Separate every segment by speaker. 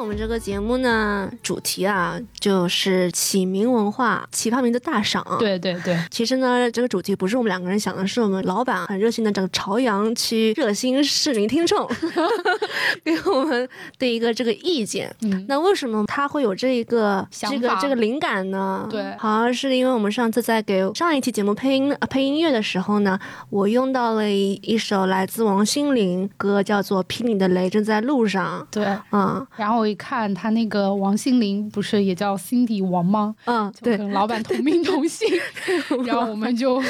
Speaker 1: 我们这个节目呢，主题啊就是启明文化奇葩名的大赏。，
Speaker 2: 对对对，
Speaker 1: 其实呢，这个主题不是我们两个人想的，是我们老板很热心的整个朝阳区热心市民听 众 给我们的一个这个意见。
Speaker 2: 嗯，
Speaker 1: 那为什么他会有这一个
Speaker 2: 想
Speaker 1: 这个
Speaker 2: 法
Speaker 1: 这个灵感呢？
Speaker 2: 对
Speaker 1: 好像是因为我们上次在给上一期节目配音呃配音乐的时候呢，我用到了一一首来自王心凌歌，叫做《劈你的雷正在路上》。
Speaker 2: 对。
Speaker 1: 嗯
Speaker 2: 然后我一看他那个王心凌不是也叫 Cindy 王吗？
Speaker 1: 嗯，
Speaker 2: 就
Speaker 1: 对，
Speaker 2: 跟老板同名 同姓，然后我们就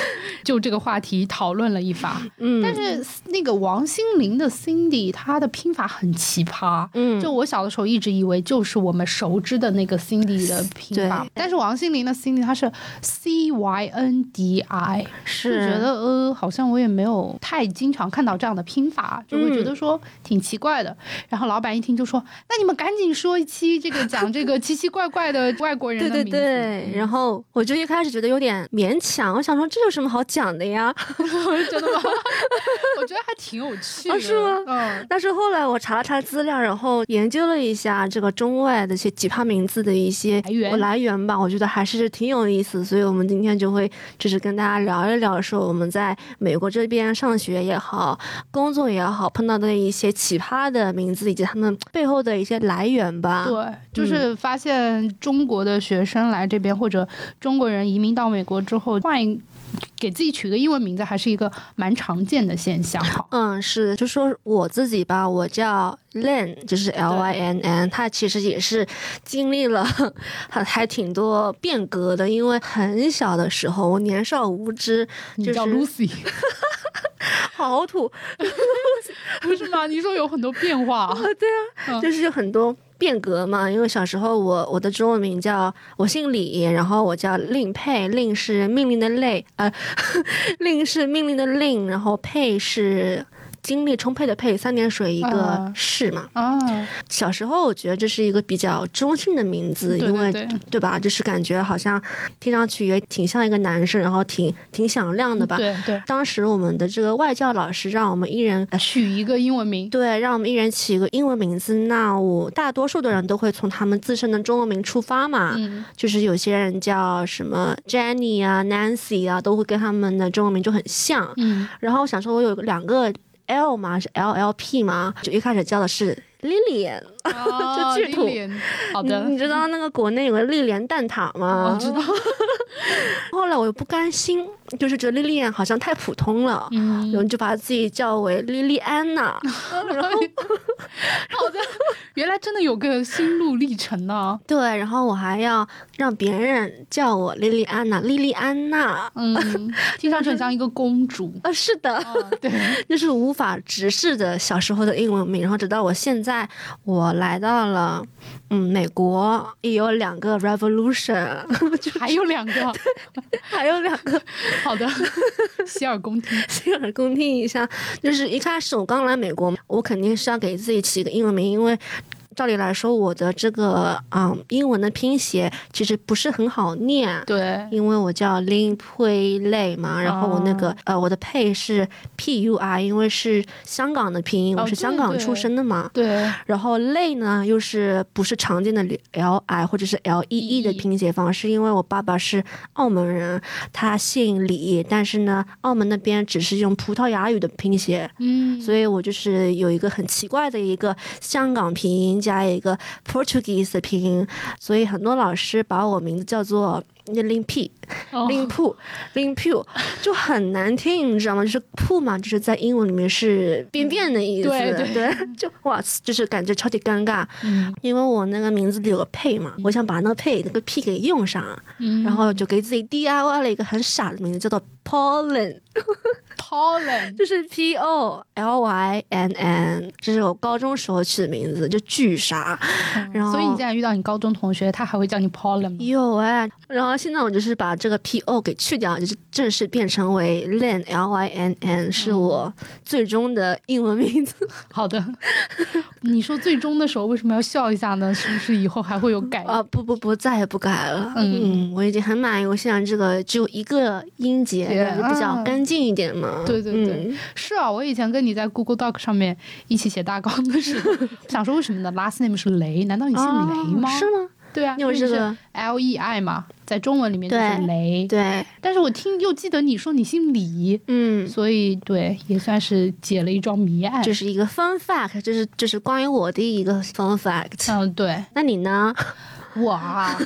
Speaker 2: 就这个话题讨论了一发。
Speaker 1: 嗯，
Speaker 2: 但是那个王心凌的 Cindy，她的拼法很奇葩。
Speaker 1: 嗯，
Speaker 2: 就我小的时候一直以为就是我们熟知的那个 Cindy 的拼法
Speaker 1: 对，
Speaker 2: 但是王心凌的 Cindy 她是 C Y N D I，就是觉得呃好像我也没有太经常看到这样的拼法，就会觉
Speaker 1: 嗯
Speaker 2: 得说挺奇怪的。然后老板一听就说：“那你们赶紧说一期这个讲这个奇奇怪怪的外国人
Speaker 1: 对
Speaker 2: 的
Speaker 1: 对
Speaker 2: 名字。”嗯
Speaker 1: 对，然后我就一开始觉得有点勉强，我想说这有什么好讲的呀？
Speaker 2: 真的吗？我觉得还挺有趣
Speaker 1: 哦
Speaker 2: 的，
Speaker 1: 是吗
Speaker 2: 嗯。
Speaker 1: 但是后来我查了查资料，然后研究了一下这个中外的一些奇葩名字的一些
Speaker 2: 来源
Speaker 1: 我来源吧，我觉得还是挺有意思，所以我们今天就会就是跟大家聊一聊，说我们在美国这边上学也好，工作也好，碰到的一些奇葩的名字以及他们背后的一些来源吧。
Speaker 2: 对，
Speaker 1: 嗯
Speaker 2: 就是发现中国的学生来这边，或者中国人移民到美国之后，换一给自己取个英文名字，还是一个蛮常见的现象。 哈。
Speaker 1: 嗯，是，就说我自己吧，我叫 Lynn，就是 L Y N N，他其实也是经历了还还挺多变革的，因为很小的时候我年少无知，
Speaker 2: 你
Speaker 1: 就是
Speaker 2: 叫 Lucy
Speaker 1: 好土，
Speaker 2: 不是吗？你说有很多变化啊，嗯
Speaker 1: 就是有很多变革嘛。因为小时候我我的中文名叫我姓李，然后我叫令佩，令是命令的令，呃， 令是命令的令，然后佩是精力充沛的沛，三点水一个
Speaker 2: 啊
Speaker 1: 是嘛。
Speaker 2: 啊，
Speaker 1: 小时候我觉得这是一个比较中性的名字，
Speaker 2: 对对
Speaker 1: 因为
Speaker 2: 对
Speaker 1: 对吧？就是感觉好像听上去也挺像一个男生，然后挺挺响亮的吧。
Speaker 2: 对对，
Speaker 1: 当时我们的这个外教老师让我们一人。呃
Speaker 2: 取一个英文名，
Speaker 1: 对，让我们一人起一个英文名字。那我大多数的人都会从他们自身的中文名出发嘛，
Speaker 2: 嗯，
Speaker 1: 就是有些人叫什么 Jenny 啊、Nancy 啊，都会跟他们的中文名就很像。
Speaker 2: 嗯，
Speaker 1: 然后我想说，我有两个 L 嘛，是 LLP 嘛，就一开始叫的是 Lilian，
Speaker 2: 啊
Speaker 1: 就巨土
Speaker 2: 丽莲好的哦
Speaker 1: 你，你知道那个国内有个丽莲蛋挞吗？
Speaker 2: 我知道。
Speaker 1: 后来我又不甘心，就是觉得莉莉安好像太普通了。
Speaker 2: 嗯，
Speaker 1: 然后就把自己叫为莉莉安娜，然后
Speaker 2: 好的，原来真的有个心路历 程呢。
Speaker 1: 对，然后我还要让别人叫我莉莉安娜，莉莉安娜，
Speaker 2: 嗯，听上去很像一个公 主。
Speaker 1: 呃，是的，
Speaker 2: 啊，对，
Speaker 1: 就是无法直视的小时候的英文名。然后直到我现在，我来到了嗯美国，也有两个 revolution，
Speaker 2: 还有两个，
Speaker 1: 还有两个
Speaker 2: 好的，洗耳恭听。
Speaker 1: 洗耳恭听一下。就是一开始我刚来美国，我肯定是要给自己起一个英文名，因为照理来说，我的这个嗯英文的拼写其实不是很好念。
Speaker 2: 对，
Speaker 1: 因为我叫 Lin Pui Lei 嘛，然后我那个、
Speaker 2: 哦
Speaker 1: 呃我的配是 P U R，因为是香港的拼音，
Speaker 2: 哦
Speaker 1: 我是香港
Speaker 2: 对对
Speaker 1: 出生的嘛。
Speaker 2: 对，
Speaker 1: 然后 Lei 呢又是不是常见的 L I 或者是 L E E 的拼写方式？因为我爸爸是澳门人，他姓李，但是呢，澳门那边只是用葡萄牙语的拼写，
Speaker 2: 嗯，
Speaker 1: 所以我就是有一个很奇怪的一个香港拼音加一个 Portuguese 的拼音，所以很多老师把我名字叫做。林 P
Speaker 2: 哦
Speaker 1: 林铺林 P 就很难听，你知道吗？就是铺嘛，就是在英文里面是便便的意思，
Speaker 2: 对对
Speaker 1: 就哇，就是感觉超级尴尬，
Speaker 2: 嗯
Speaker 1: 因为我那个名字里有个配嘛，我想把那个配那个 P 给用上，啊
Speaker 2: 嗯，
Speaker 1: 然后就给自己 DIY 了一个很傻的名字，叫做 Pollen，
Speaker 2: pollen，
Speaker 1: 就是 P O L Y N N，这是我高中时候起的名字，就巨傻。然后
Speaker 2: 哦所以你现在遇到你高中同学，他还会叫你 pollen 吗？
Speaker 1: 有哎、然后现在我就是把这个 P O 给去掉，就是正式变成为 Lynn
Speaker 2: 嗯
Speaker 1: L Y N N，是我最终的英文名字。
Speaker 2: 好的，你说最终的时候为什么要笑一下呢？是不是以后还会有改？
Speaker 1: 啊，不不不，再也不改了。
Speaker 2: 嗯
Speaker 1: 嗯，我已经很满意我现在这个只有一个音节
Speaker 2: 节
Speaker 1: 的，就比较
Speaker 2: 啊
Speaker 1: 干净一点嘛。
Speaker 2: 对对对
Speaker 1: 嗯
Speaker 2: 是啊，我以前跟你在 Google Doc 上面一起写大纲的 时候，想说为什么你的 last name 是雷？难道你姓雷吗？
Speaker 1: 哦是吗？
Speaker 2: 对啊，
Speaker 1: 你有
Speaker 2: 因为
Speaker 1: 这个
Speaker 2: 是 L E I 嘛，在中文里面就是
Speaker 1: 对
Speaker 2: 雷。
Speaker 1: 对，
Speaker 2: 但是我听又记得你说你姓李，
Speaker 1: 嗯，
Speaker 2: 所以对也算是解了一桩谜案。
Speaker 1: 这是一个 fun fact，这是这是关于我的一个 fun fact。
Speaker 2: 嗯，对，
Speaker 1: 那你 呢？
Speaker 2: 我啊，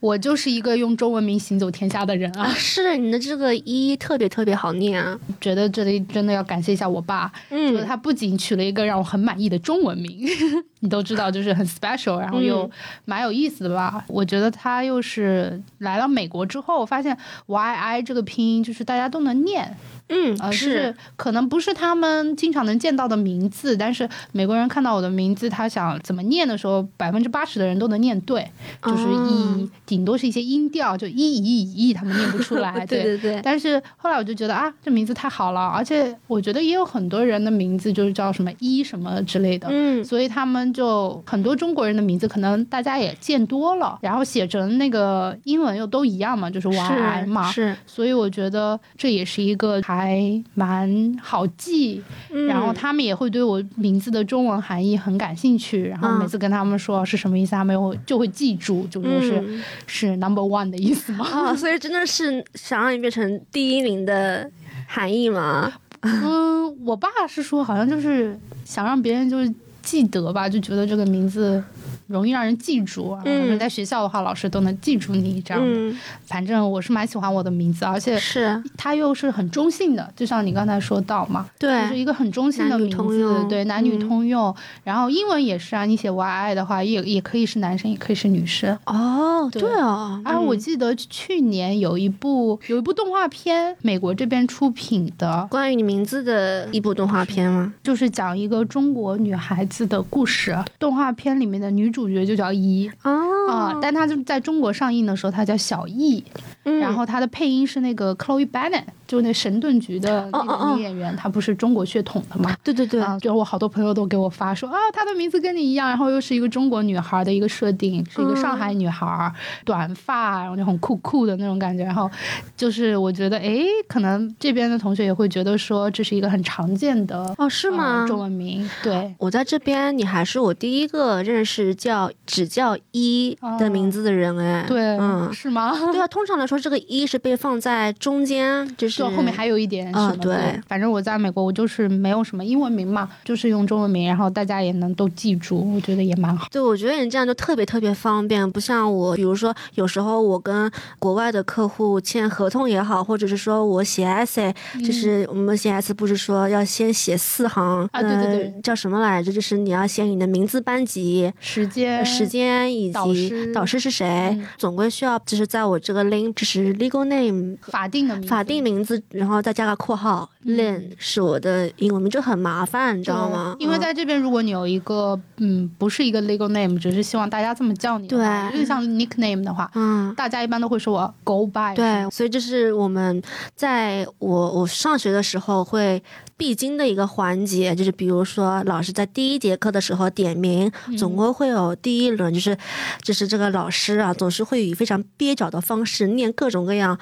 Speaker 2: 我就是一个用中文名行走天下的人 啊
Speaker 1: 啊，，是你的这个一特别特别好念啊。
Speaker 2: 觉得这里真的要感谢一下我爸，就是
Speaker 1: 嗯
Speaker 2: 他不仅取了一个让我很满意的中文名， 你都知道，就是很 special，然后又
Speaker 1: 嗯
Speaker 2: 蛮有意思的吧。我觉得他又是来到美国之后，发现 Y I 这个拼音就是大家都能念，呃，
Speaker 1: 嗯，
Speaker 2: 就是可能不是他们经常能见到的名字，但是美国人看到我的名字，他想怎么念的时候，百分之八十的人都能念对，就是一、
Speaker 1: 哦
Speaker 2: 顶多是一些音调，就一一一一他们念不出 来，
Speaker 1: 对对对
Speaker 2: 但是后来我就觉得啊，这名字太好了，而且我觉得也有很多人的名字就是叫什么一什么之类的，
Speaker 1: 嗯
Speaker 2: 所以他们就很多中国人的名字可能大家也见多了，然后写成那个英文又都一样嘛，就是 Y 嘛，
Speaker 1: 是，
Speaker 2: 所以我觉得这也是一个还蛮好记，
Speaker 1: 嗯
Speaker 2: 然后他们也会对我名字的中文含义很感兴趣，然后
Speaker 1: 嗯
Speaker 2: 每次跟他们说是什么意思，他们又就会记住，就说是、
Speaker 1: 嗯
Speaker 2: 是 number one 的意思吗？
Speaker 1: 哦，所以真的是想让你变成第一名的含义吗？
Speaker 2: 嗯，我爸是说好像就是想让别人就是记得吧，就觉得这个名字容易让人记住，啊。
Speaker 1: 嗯
Speaker 2: 然后在学校的话，老师都能记住你这样的。
Speaker 1: 嗯，
Speaker 2: 反正我是蛮喜欢我的名字，而且
Speaker 1: 是
Speaker 2: 它又是很中性的，就像你刚才说到嘛，就是
Speaker 1: 对，
Speaker 2: 一个很中性的
Speaker 1: 男女
Speaker 2: 名
Speaker 1: 通
Speaker 2: 字，
Speaker 1: 用
Speaker 2: 对，男女
Speaker 1: 嗯
Speaker 2: 通用。然后英文也是啊，你写 YI 的话，也也可以是男生，也可以是女生。
Speaker 1: 哦，
Speaker 2: 对
Speaker 1: 对哦，
Speaker 2: 啊，我记得去年有一部有一部动画片，美国这边出品的，
Speaker 1: 关于你名字的一部动画片吗？
Speaker 2: 就是讲一个中国女孩子的故事。动画片里面的女主角就叫一啊、
Speaker 1: 哦，
Speaker 2: 但她就在中国上映的时候，她叫小易，
Speaker 1: 嗯
Speaker 2: 然后她的配音是那个 Chloe Bennett，就是那神盾局的那
Speaker 1: 哦
Speaker 2: 个
Speaker 1: 哦哦
Speaker 2: 女演员，她不是中国血统的嘛。
Speaker 1: 对对对，
Speaker 2: 啊，就我好多朋友都给我发说啊，她的名字跟你一样，然后又是一个中国女孩的一个设定，是一个上
Speaker 1: 嗯
Speaker 2: 海女孩，短发，然后就很酷酷的那种感觉。然后就是我觉得，诶，可能这边的同学也会觉得说这是一个很常见的
Speaker 1: 哦，是
Speaker 2: 呃
Speaker 1: 吗？嗯
Speaker 2: 中文名对。
Speaker 1: 我在这边，你还是我第一个认识叫只叫一的名字的人哎。
Speaker 2: 哦对，
Speaker 1: 嗯，
Speaker 2: 是吗？
Speaker 1: 对啊。通常来说，这个一是被放在中间，就是
Speaker 2: 就后面还有一点什
Speaker 1: 啊
Speaker 2: 么的、
Speaker 1: 对
Speaker 2: 反正我在美国，我就是没有什么英文名嘛，就是用中文名，然后大家也能都记住，我觉得也蛮好。
Speaker 1: 对，我觉得你这样就特别特别方便，不像我，比如说有时候我跟国外的客户签合同也好，或者是说我写 essay，、就是
Speaker 2: 嗯
Speaker 1: 我们写 essay 不是说要先写四行
Speaker 2: 啊对对对
Speaker 1: 呃，叫什么来着？就是你要写你的名字、班级、
Speaker 2: 时间，
Speaker 1: 时间以及
Speaker 2: 导师
Speaker 1: 导师是谁，
Speaker 2: 嗯
Speaker 1: 总归需要就是在我这个 link 就是 legal name
Speaker 2: 法定的名字，
Speaker 1: 法定名字，然后再加个括号、l
Speaker 2: 嗯
Speaker 1: i n 是我的英文名，就很麻烦，你知道
Speaker 2: 对
Speaker 1: 吗？嗯
Speaker 2: 因为在这边，如果你有一个嗯，不是一个 legal name，只是希望大家这么叫你的话，
Speaker 1: 对
Speaker 2: 因为像 nickname 的话，
Speaker 1: 嗯。嗯
Speaker 2: 大家一般都会说我 go by，
Speaker 1: 对，所以这是我们在我我上学的时候会必经的一个环节，就是比如说老师在第一节课的时候点名，
Speaker 2: 嗯
Speaker 1: 总归会有第一轮，就是就是这个老师啊，总是会以非常蹩脚的方式念各种各样，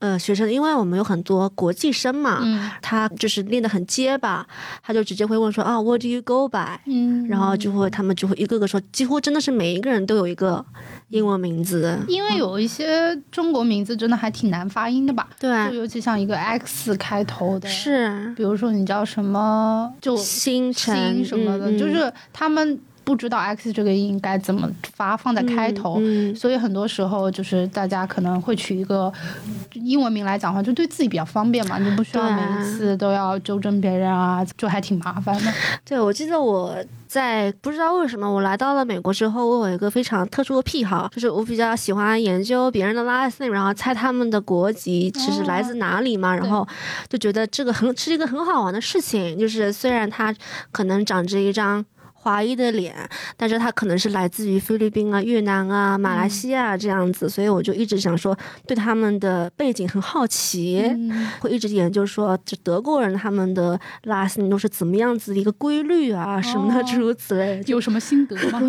Speaker 1: 呃，学生，因为我们有很多国际生嘛，
Speaker 2: 嗯
Speaker 1: 他就是念得很结巴，他就直接会问说啊，What do you go by？
Speaker 2: 嗯，
Speaker 1: 然后就会他们就会一个个说，几乎真的是每一个人都有一个英文名字，
Speaker 2: 因为有一些中国名字真的还挺难发音的吧，就
Speaker 1: 对，
Speaker 2: 尤其像一个 X 开头的，，
Speaker 1: 是。
Speaker 2: 比如说你叫什么就
Speaker 1: 星辰
Speaker 2: 星什么的，
Speaker 1: 嗯嗯
Speaker 2: 就是他们不知道 X 这个音该怎么发，放在开头，
Speaker 1: 嗯
Speaker 2: 所以很多时候就是大家可能会取一个英文名来讲的话，就对自己比较方便嘛，你就不需要
Speaker 1: 对
Speaker 2: 每
Speaker 1: 啊
Speaker 2: 一次都要纠正别人啊，就还挺麻烦的。
Speaker 1: 对，我记得我在不知道为什么我来到了美国之后，我有一个非常特殊的癖好，就是我比较喜欢研究别人的 last name，然后猜他们的国籍就是来自哪里嘛，然后就觉得这个很是一个很好玩的事情，就是虽然他可能长着一张。华裔的脸，但是他可能是来自于菲律宾啊、越南啊、马来西亚这样子，所以我就一直想说对他们的背景很好奇，
Speaker 2: 嗯
Speaker 1: 会一直研究说这德国人他们的 last name 都是怎么样子的一个规律啊什么的
Speaker 2: 哦
Speaker 1: 诸如此类的。
Speaker 2: 有什么心得 吗？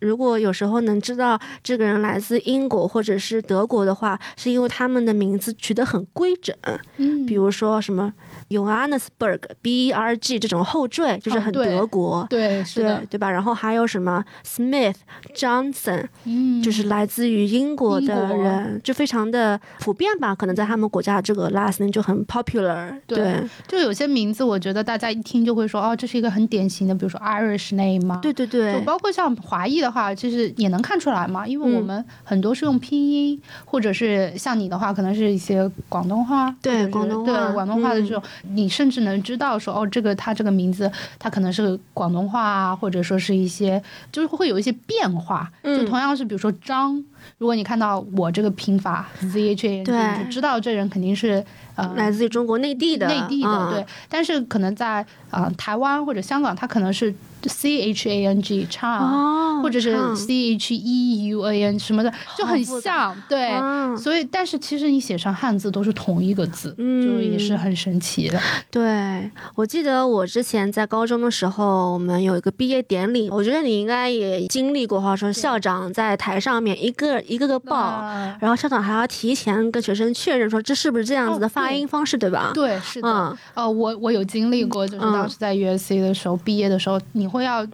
Speaker 1: 如果有时候能知道这个人来自英国或者是德国的话，是因为他们的名字取得很规整，
Speaker 2: 嗯，
Speaker 1: 比如说什么 Johannesburg B E R G 这种后缀，就是
Speaker 2: 哦
Speaker 1: 很
Speaker 2: 对
Speaker 1: 德国。
Speaker 2: 对，是
Speaker 1: 对
Speaker 2: 的，
Speaker 1: 对吧？然后还有什么 Smith、Johnson，、
Speaker 2: 嗯，
Speaker 1: 就是来自于英国
Speaker 2: 英
Speaker 1: 的
Speaker 2: 国
Speaker 1: 人，就非常的普遍吧。可能在他们国家这个 last name 就很 popular
Speaker 2: 对就有些名字，我觉得大家一听就会说，哦，这是一个很典型的，比如说 Irish name 啊嘛，
Speaker 1: 对对对
Speaker 2: 就包括像华裔的话，就是也能看出来嘛，因为我
Speaker 1: 嗯
Speaker 2: 们很多是用拼音，或者是像你的话，可能是一些广东话，
Speaker 1: 对
Speaker 2: 或者是
Speaker 1: 广东话嗯
Speaker 2: 对广东话的这种，你甚至能知道说，哦，这个他这个名字，他可能是广东话啊，或者说是一些，就是会有一些变化。
Speaker 1: 嗯
Speaker 2: 就同样是比如说张，如果你看到我这个拼法 Z H A N G，
Speaker 1: 对
Speaker 2: 你就知道这人肯定是呃
Speaker 1: 来自于中国内地的
Speaker 2: 内地的，
Speaker 1: 嗯
Speaker 2: 对。但是可能在啊、呃台湾或者香港，它可能是 C H A N G 唱、
Speaker 1: 哦
Speaker 2: 或者是
Speaker 1: 唱
Speaker 2: C H E U A N 什么的，就很
Speaker 1: 复
Speaker 2: 像，对。
Speaker 1: 嗯
Speaker 2: 所以，但是其实你写上汉字都是同一个字，就也是
Speaker 1: 嗯
Speaker 2: 很神奇的。
Speaker 1: 对，我记得我之前在高中的时候，我们有一个毕业典礼，我觉得你应该也经历过哈，说校长在台上面一个一个个报，
Speaker 2: 啊
Speaker 1: 然后校长还要提前跟学生确认说这是不是这样子的
Speaker 2: 哦
Speaker 1: 发
Speaker 2: 对
Speaker 1: 音方式，对吧？
Speaker 2: 对，是的，
Speaker 1: 嗯
Speaker 2: 呃，我我有经历过，就是
Speaker 1: 嗯
Speaker 2: 当时在 USC 的时候，毕业的时候，你会要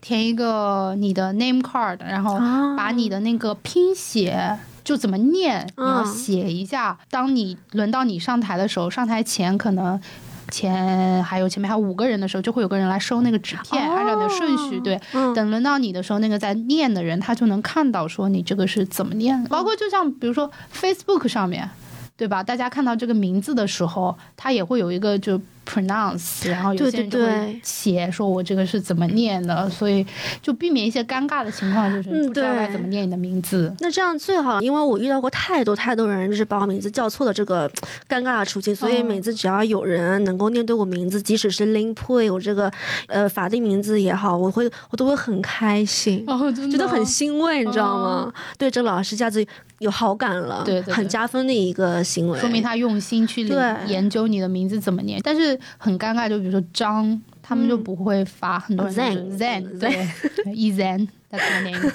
Speaker 2: 填一个你的 name card，然后
Speaker 1: 啊
Speaker 2: 把你的那个拼写。就怎么念，你要
Speaker 1: 嗯
Speaker 2: 写一下。当你轮到你上台的时候，上台前可能前还有前面还有五个人的时候，就会有个人来收那个纸片，按照你的顺序
Speaker 1: 哦
Speaker 2: 对。
Speaker 1: 嗯
Speaker 2: 等轮到你的时候，那个在念的人他就能看到说你这个是怎么念的。包括就像比如说 Facebook 上面，对吧？大家看到这个名字的时候，他也会有一个就 pronounce，然后有
Speaker 1: 对对
Speaker 2: 些人就会
Speaker 1: 对
Speaker 2: 写说我这个是怎么念的，所以就避免一些尴尬的情况，就是
Speaker 1: 嗯
Speaker 2: 不知道该
Speaker 1: 对
Speaker 2: 怎么念你的名字。
Speaker 1: 那这样最好，因为我遇到过太多太多人，就是把我名字叫错的这个尴尬的处境，所以
Speaker 2: 嗯
Speaker 1: 每次只要有人能够念对我名字，即使是 Lin Pui，我这个呃法定名字也好，我会我都会很开心。
Speaker 2: 哦，真
Speaker 1: 觉得
Speaker 2: 的哦
Speaker 1: 很欣慰，你知道吗？对这个老师一下子有好感了，
Speaker 2: 对对对
Speaker 1: 很加分的一个行为，
Speaker 2: 说明他用心去理
Speaker 1: 对
Speaker 2: 研究你的名字怎么念。但是很尴尬，就比如说张，他们就
Speaker 1: 嗯
Speaker 2: 不会发，很多人
Speaker 1: Zen，
Speaker 2: 哦 zen 对 e zen。That's my name。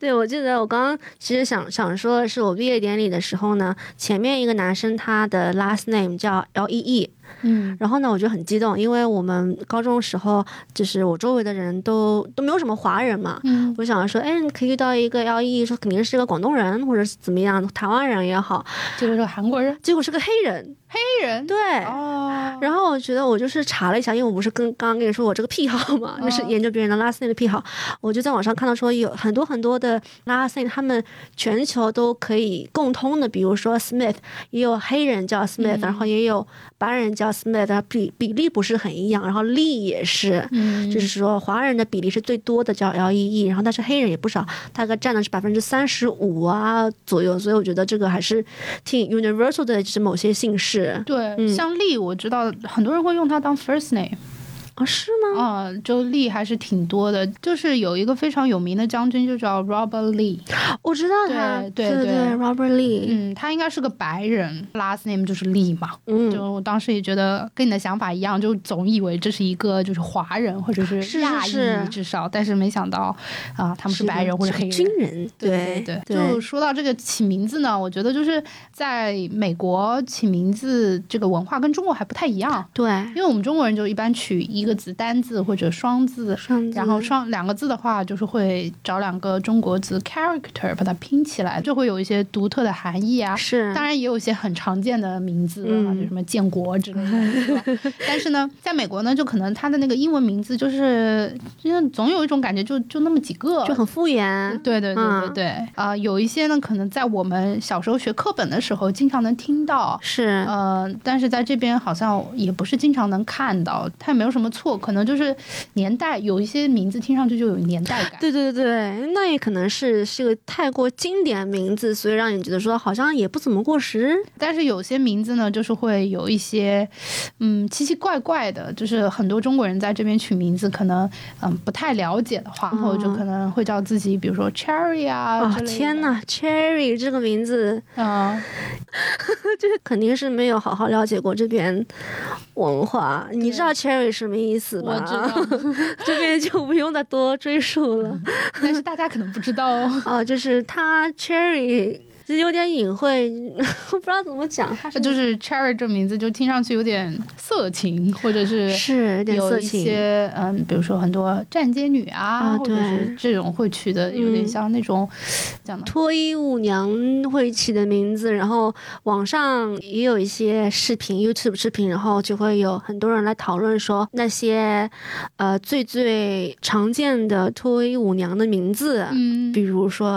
Speaker 1: 对，我记得我刚刚其实想想说的是，我毕业典礼的时候呢，前面一个男生他的 last name 叫 L E E，
Speaker 2: 嗯，
Speaker 1: 然后呢，我就很激动，因为我们高中时候就是我周围的人都都没有什么华人嘛。
Speaker 2: 嗯，
Speaker 1: 我想说，哎，你可以遇到一个 L E E，说肯定是个广东人或者是怎么样，台湾人也好，
Speaker 2: 这个是韩国人，
Speaker 1: 结果是个黑人，
Speaker 2: 黑人，
Speaker 1: 对。
Speaker 2: 哦，
Speaker 1: 然后我觉得我就是查了一下，因为我不是跟刚刚跟你说我这个癖好嘛，
Speaker 2: 嗯
Speaker 1: 就是研究别人的 last name 的癖好，我就在网上看到说有很多很多的 last name，他们全球都可以共通的，比如说 Smith 也有黑人叫 Smith，、
Speaker 2: 嗯
Speaker 1: 然后也有白人叫 Smith，然后比比例不是很一样，然后 Lee 也是。
Speaker 2: 嗯，
Speaker 1: 就是说，华人的比例是最多的，叫 L E E，然后但是黑人也不少，大概占的是百分之三十五啊左右，所以我觉得这个还是挺 universal 的，就是某些姓氏
Speaker 2: 对，
Speaker 1: 嗯
Speaker 2: 像丽，我知道很多人会用它当 first name，
Speaker 1: 啊，是吗？
Speaker 2: 啊、就丽还是挺多的。就是有一个非常有名的将军，就叫 Robert Lee，
Speaker 1: 我知道他，
Speaker 2: 对
Speaker 1: 对
Speaker 2: 对对
Speaker 1: r o b e r t Lee，
Speaker 2: 嗯，他应该是个白人，last name 就是丽嘛。
Speaker 1: 嗯，
Speaker 2: 就我当时也觉得跟你的想法一样，就总以为这是一个就是华人或者
Speaker 1: 是是
Speaker 2: 是亚
Speaker 1: 是
Speaker 2: 裔至少，但是没想到啊、他们是
Speaker 1: 一
Speaker 2: 白
Speaker 1: 个
Speaker 2: 人或者
Speaker 1: 是
Speaker 2: 黑人
Speaker 1: 军。人，
Speaker 2: 对
Speaker 1: 对
Speaker 2: 就说到这个起名字呢，我觉得就是在美国起名字这个文化跟中国还不太一样，
Speaker 1: 对，
Speaker 2: 因为我们中国人就一般取一个字单字或者双字，
Speaker 1: 上
Speaker 2: 然后
Speaker 1: 次
Speaker 2: 双两个字的话，就是会找两个中国字 character 把它拼起来，就会有一些独特的含义啊。
Speaker 1: 是
Speaker 2: 当然也有一些很常见的名字，啊，
Speaker 1: 嗯
Speaker 2: 就什么建国之 类的。对吧但是呢，在美国呢，就可能他的那个英文名字就是，就是总有一种感觉就，就那么几个，
Speaker 1: 就很敷衍，
Speaker 2: 呃对对对对
Speaker 1: 嗯
Speaker 2: 对，啊、有一些呢，可能在我们小时候学课本的时候，经常能听到。呃
Speaker 1: 是
Speaker 2: 呃，但是在这边好像也不是经常能看到，它也没有什么错，可能就是年代有一些名字听上去就有年代感。
Speaker 1: 对对对，那也可能是是个太过经典名字，所以让你觉得说好像也不怎么过时。
Speaker 2: 但是有些名字呢，就是会有一些嗯奇奇怪怪的，就是很多中国人在这边取名字，可能嗯不太了解的话，或者就可能会叫自己，比如说 Cherry 啊。
Speaker 1: 嗯哦天
Speaker 2: 哪！
Speaker 1: 呐 c h e r r y 这个名字，
Speaker 2: 嗯，
Speaker 1: 就是肯定是没有好好了解过这边文化。你知道 Cherry 什么意思
Speaker 2: 我
Speaker 1: 吧？
Speaker 2: 知道，
Speaker 1: 这边就不用再多追溯了。
Speaker 2: 但是大家可能不知道哦。
Speaker 1: 哦，就是他 Cherry，就是有点隐晦， 我不知道怎么讲。他
Speaker 2: 就是 Cherry 这名字就听上去有点色情，或者是
Speaker 1: 是有点
Speaker 2: 有
Speaker 1: 色
Speaker 2: 一
Speaker 1: 情，
Speaker 2: 些嗯，比如说很多站街女啊，
Speaker 1: 啊
Speaker 2: 或者是
Speaker 1: 对嗯
Speaker 2: 这种会取的有点像那种、讲的。
Speaker 1: 脱衣舞娘会起的名字，然后网上也有一些视频，YouTube 视频，然后就会有很多人来讨论说那些呃最最常见的脱衣舞娘的名字，
Speaker 2: 嗯，
Speaker 1: 啊比如说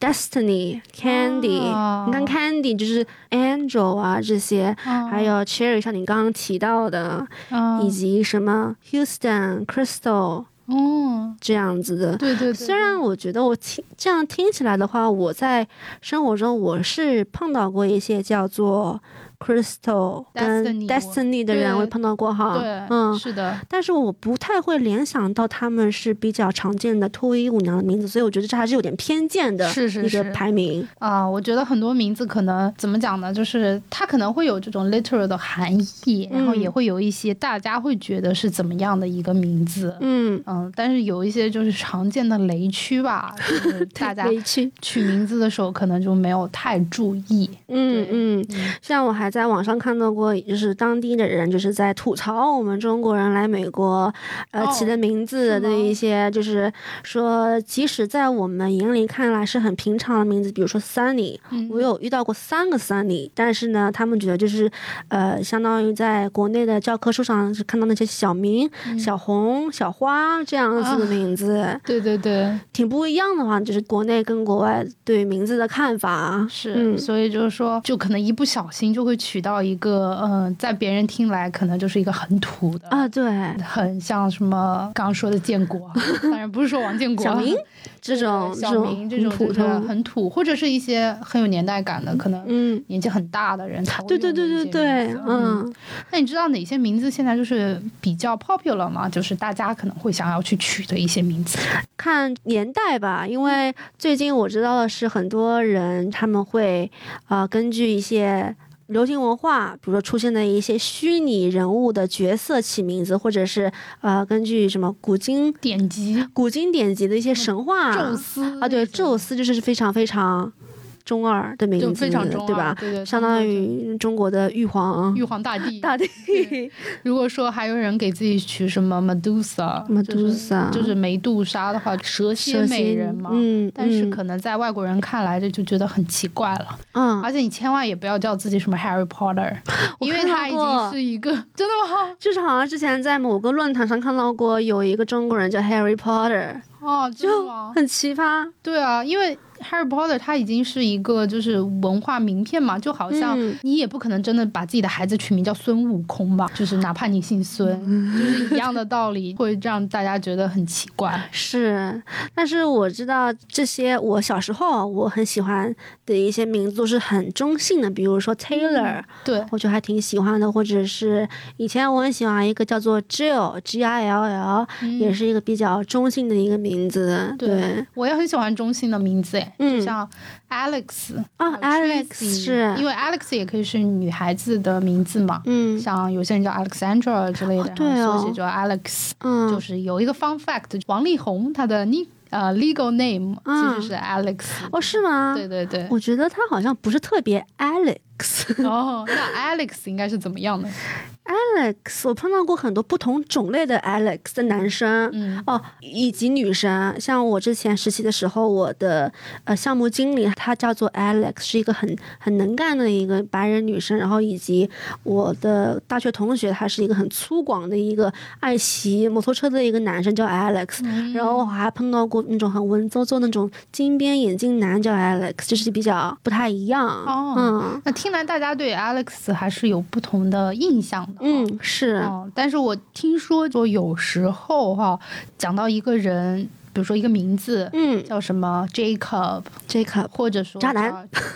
Speaker 1: Destiny、Candy，、
Speaker 2: 啊
Speaker 1: 你看 Candy 就是 Angel 啊这些。
Speaker 2: 啊
Speaker 1: 还有 Cherry，像你刚刚提到的，
Speaker 2: 啊
Speaker 1: 以及什么 Houston、Crystal
Speaker 2: 哦，
Speaker 1: 这样子的。
Speaker 2: 对对对，
Speaker 1: 虽然我觉得我听这样听起来的话，我在生活中我是碰到过一些叫做 Crystal 跟
Speaker 2: Destiny
Speaker 1: Destiny 的人，
Speaker 2: 对
Speaker 1: 我也碰到过哈
Speaker 2: 对，，
Speaker 1: 嗯。
Speaker 2: 是的，
Speaker 1: 但是我不太会联想到他们是比较常见的脱衣舞娘的名字，所以我觉得这还是有点偏见的
Speaker 2: 是是
Speaker 1: 一个
Speaker 2: 是
Speaker 1: 排名。
Speaker 2: 啊、我觉得很多名字可能怎么讲呢？就是它可能会有这种 literal 的含义，然后
Speaker 1: 嗯
Speaker 2: 也会有一些大家会觉得是怎么样的一个名字。
Speaker 1: 嗯，
Speaker 2: 嗯，但是有一些就是常见的雷区吧，就是大家
Speaker 1: 委屈。
Speaker 2: 取名字的时候可能就没有太注意。
Speaker 1: 嗯
Speaker 2: 对
Speaker 1: 嗯，
Speaker 2: 嗯
Speaker 1: 像我还在网上看到过，就是当地的人就是在吐槽我们中国人来美国，呃，
Speaker 2: 哦
Speaker 1: 起的名字
Speaker 2: 是
Speaker 1: 的
Speaker 2: 吗
Speaker 1: 一些，就是说，即使在我们眼里看来是很平常的名字，比如说 Sunny，我
Speaker 2: 嗯
Speaker 1: 有遇到过三个 Sunny，但是呢，他们觉得就是，呃，相当于在国内的教科书上是看到那些小明、小红、小花这样子的
Speaker 2: 嗯啊
Speaker 1: 名字，
Speaker 2: 对对对，
Speaker 1: 挺不一样的话，就是国内跟国外对名字的看法。
Speaker 2: 是，
Speaker 1: 嗯
Speaker 2: 所以就是说，就可能一不小心就会取到一个，嗯、在别人听来可能就是一个很土的，
Speaker 1: 啊，对，
Speaker 2: 很像什么刚刚说的建 国，当然不是说王建国，
Speaker 1: 小明这种
Speaker 2: 小明
Speaker 1: 这
Speaker 2: 这种
Speaker 1: 很普
Speaker 2: 就是
Speaker 1: 通，
Speaker 2: 很土，或者是一些很有年代感的，可能
Speaker 1: 嗯，
Speaker 2: 年纪很大的人才会
Speaker 1: 对对
Speaker 2: 用的
Speaker 1: 对
Speaker 2: 一
Speaker 1: 对
Speaker 2: 些
Speaker 1: 对
Speaker 2: 名，字
Speaker 1: 嗯，
Speaker 2: 那你知道哪些名字现在就是比较 popular 吗？就是大家可能会想要去取的一些名字。
Speaker 1: 看年代吧，因为最近我知道的是，很多人他们会呃根据一些。流行文化，比如说出现的一些虚拟人物的角色起名字，或者是呃，根据什么古今
Speaker 2: 典籍、
Speaker 1: 古今典籍的一些神话
Speaker 2: 嗯宙斯
Speaker 1: 啊，对，
Speaker 2: 那种
Speaker 1: 宙斯就是非常非常中二的名
Speaker 2: 就
Speaker 1: 字，
Speaker 2: 非常中二
Speaker 1: 对吧？
Speaker 2: 对对
Speaker 1: 相当于中国的玉皇
Speaker 2: 玉皇大帝。
Speaker 1: 大帝，
Speaker 2: 如果说还有人给自己取什么 Medusa、
Speaker 1: Medusa
Speaker 2: 就是梅杜莎的话，蛇蝎
Speaker 1: 蛇
Speaker 2: 美
Speaker 1: 蝎
Speaker 2: 人嘛。
Speaker 1: 嗯，
Speaker 2: 但是
Speaker 1: 嗯
Speaker 2: 可能在外国人看来，这就觉得很奇怪了。
Speaker 1: 嗯，
Speaker 2: 而且你千万也不要叫自己什么 Harry Potter，因为
Speaker 1: 看到
Speaker 2: 他已
Speaker 1: 过
Speaker 2: 经 是一个真的吗？
Speaker 1: 就是好像之前在某个论坛上看到过有一个中国人叫 Harry Potter，
Speaker 2: 哦，真的吗？
Speaker 1: 很奇葩，
Speaker 2: 对啊，因为 Harry Potter 它已经是一个就是文化名片嘛，就好像
Speaker 1: 嗯
Speaker 2: 你也不可能真的把自己的孩子取名叫孙悟空吧，就是哪怕你姓孙，
Speaker 1: 嗯
Speaker 2: 就是一样的道理，会让大家觉得很奇怪。
Speaker 1: 是。但是我知道这些，我小时候我很喜欢的一些名字都是很中性的，比如说 Taylor，、
Speaker 2: 对，
Speaker 1: 我觉得还挺喜欢的，或者是以前我很喜欢一个叫做 Jill G I L L，、也是一个比较中性的一个名字，
Speaker 2: 嗯对我也很喜欢中性的名字，哎，
Speaker 1: 嗯
Speaker 2: 就像 Alex
Speaker 1: 啊
Speaker 2: 还有
Speaker 1: ，Alex
Speaker 2: Tracy，
Speaker 1: 是
Speaker 2: 因，为 Alex 也可以是女孩子的名字嘛，
Speaker 1: 嗯
Speaker 2: 像有些人叫 Alexandra 之类的，
Speaker 1: 哦对
Speaker 2: 然后
Speaker 1: 哦
Speaker 2: 缩写叫 Alex。
Speaker 1: 嗯，
Speaker 2: 就是有一个 fun fact，王力宏他的 ni 呃 legal name
Speaker 1: 啊
Speaker 2: 其实是 Alex，、
Speaker 1: 哦是吗？
Speaker 2: 对对对。
Speaker 1: 我觉得他好像不是特别 Alex。
Speaker 2: 哦，那 Alex 应该是怎么 样的？
Speaker 1: Alex，我碰到过很多不同种类的 Alex 的男生、
Speaker 2: 嗯
Speaker 1: 哦，以及女生。像我之前实习的时候，我的呃项目经理她叫做 Alex，是一个很很能干的一个白人女生。然后以及我的大学同学，他是一个很粗犷的一个爱骑摩托车的一个男生，叫 Alex。然后我还碰到过那种很文绉绉那种金边眼镜男，叫 Alex，就是比较不太一样。
Speaker 2: 哦
Speaker 1: 嗯，
Speaker 2: 那听来大家对 Alex 还是有不同的印象的哈。
Speaker 1: 嗯，是，
Speaker 2: 嗯，但是我听说，就有时候哈、讲到一个人，比如说一个名字。
Speaker 1: 嗯
Speaker 2: 叫什么 Jacob，
Speaker 1: ，Jacob，
Speaker 2: 或者说
Speaker 1: 渣男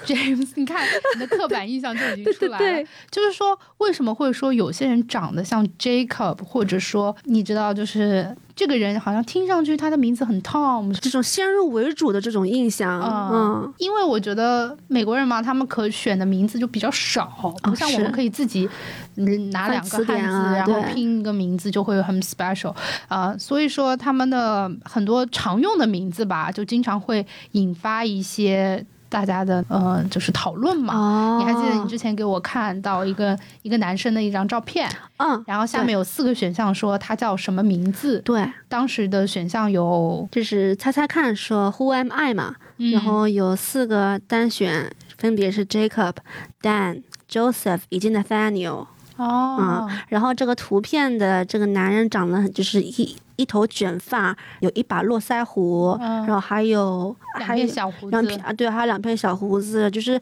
Speaker 2: 叫 James，你看你的刻板印象就已经出 来了。
Speaker 1: 对，
Speaker 2: 就是说，为什么会说有些人长得像 Jacob，或者说你知道，就是这个人好像听上去他的名字很 Tom，
Speaker 1: 这种先入为主的这种印象，
Speaker 2: 嗯
Speaker 1: 嗯，
Speaker 2: 因为我觉得美国人嘛，他们可选的名字就比较少，不像我
Speaker 1: 哦是
Speaker 2: 们可以自己嗯拿
Speaker 1: 翻
Speaker 2: 两个
Speaker 1: 词
Speaker 2: 汉字，
Speaker 1: 典啊
Speaker 2: 然后
Speaker 1: 对
Speaker 2: 拼一个名字就会很 special 啊、所以说他们的很多常用的名字吧，就经常会引发一些大家的呃就是讨论嘛。
Speaker 1: 哦，
Speaker 2: 你还记得你之前给我看到一个一个男生的一张照片，
Speaker 1: 嗯，
Speaker 2: 然后下面有四个选项说他叫什么名字，
Speaker 1: 对，
Speaker 2: 当时的选项有，
Speaker 1: 就是猜猜看，说 Who am I 嘛，
Speaker 2: 嗯
Speaker 1: 然后有四个单选，分别是 Jacob、Dan、Joseph 以及 Nathaniel。
Speaker 2: 哦，
Speaker 1: 然后这个图片的这个男人长了，就是一一头卷发，有一把络腮胡，
Speaker 2: 嗯
Speaker 1: 然后还有
Speaker 2: 两
Speaker 1: 还有
Speaker 2: 片小胡
Speaker 1: 两
Speaker 2: 子
Speaker 1: 片，啊，对，还有两片小胡子。就是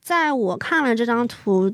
Speaker 1: 在我看了这张图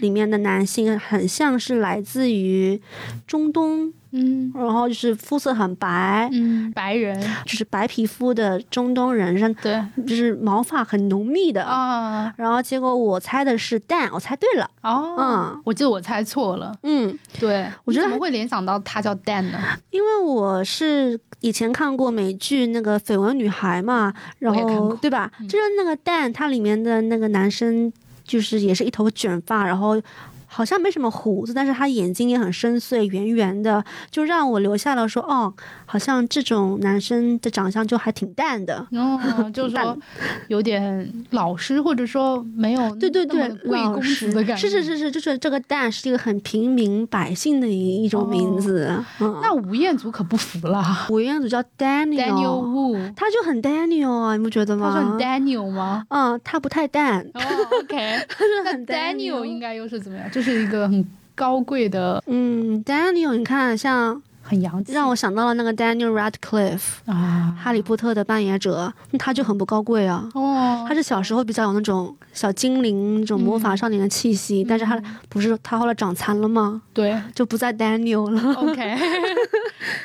Speaker 1: 里面的男性，很像是来自于中东，
Speaker 2: 嗯
Speaker 1: 然后就是肤色很白，
Speaker 2: 嗯，白人，
Speaker 1: 就是白皮肤的中东人，让
Speaker 2: 对
Speaker 1: 就是毛发很浓密的。
Speaker 2: 啊，
Speaker 1: 然后结果我猜的是蛋，我猜对了。
Speaker 2: 哦，
Speaker 1: 嗯
Speaker 2: 我记得我猜错了，
Speaker 1: 嗯，
Speaker 2: 对，
Speaker 1: 我觉得
Speaker 2: 你怎么会联想到他叫 Dan 呢？
Speaker 1: 因为我是以前看过美剧那个《绯闻女孩》嘛，然
Speaker 2: 我也看
Speaker 1: 后
Speaker 2: 过嗯
Speaker 1: 对吧？就是那个蛋，它里面的那个男生就是也是一头卷发，然后。好像没什么胡子，但是他眼睛也很深邃，圆圆的，就让我留下了说，哦，好像这种男生的长相就还挺淡的，
Speaker 2: 嗯，就是说
Speaker 1: Dan
Speaker 2: 有点老师，或者说没有
Speaker 1: 对对
Speaker 2: 嗯那么
Speaker 1: 对，
Speaker 2: 贵
Speaker 1: 老
Speaker 2: 公
Speaker 1: 实
Speaker 2: 子的感觉，
Speaker 1: 是是。是是，就是这个蛋是一个很平民百姓的一一种名字。嗯，
Speaker 2: 哦那吴彦祖可不服了
Speaker 1: 五院组叫 Daniel，,
Speaker 2: ，Daniel Wu，
Speaker 1: 他就很 Daniel 啊，你不觉得
Speaker 2: 他
Speaker 1: 吗？
Speaker 2: 说 Daniel 吗？
Speaker 1: 嗯，他不太淡，
Speaker 2: 哦，OK，
Speaker 1: 他是
Speaker 2: 那
Speaker 1: 很
Speaker 2: Daniel 应该又是怎么样？就是一个很高贵的、
Speaker 1: 嗯，Daniel，你看，像
Speaker 2: 很洋气
Speaker 1: 让我想到了那个 Daniel Radcliffe，《
Speaker 2: 啊，
Speaker 1: 哈利波特》的扮演者，那他就很不高贵啊。
Speaker 2: 哦，
Speaker 1: 他是小时候比较有那种小精灵、那种魔
Speaker 2: 嗯
Speaker 1: 法少年的气息，但是他不是他后来长残了吗？
Speaker 2: 对，
Speaker 1: 就不再 Daniel 了。
Speaker 2: OK，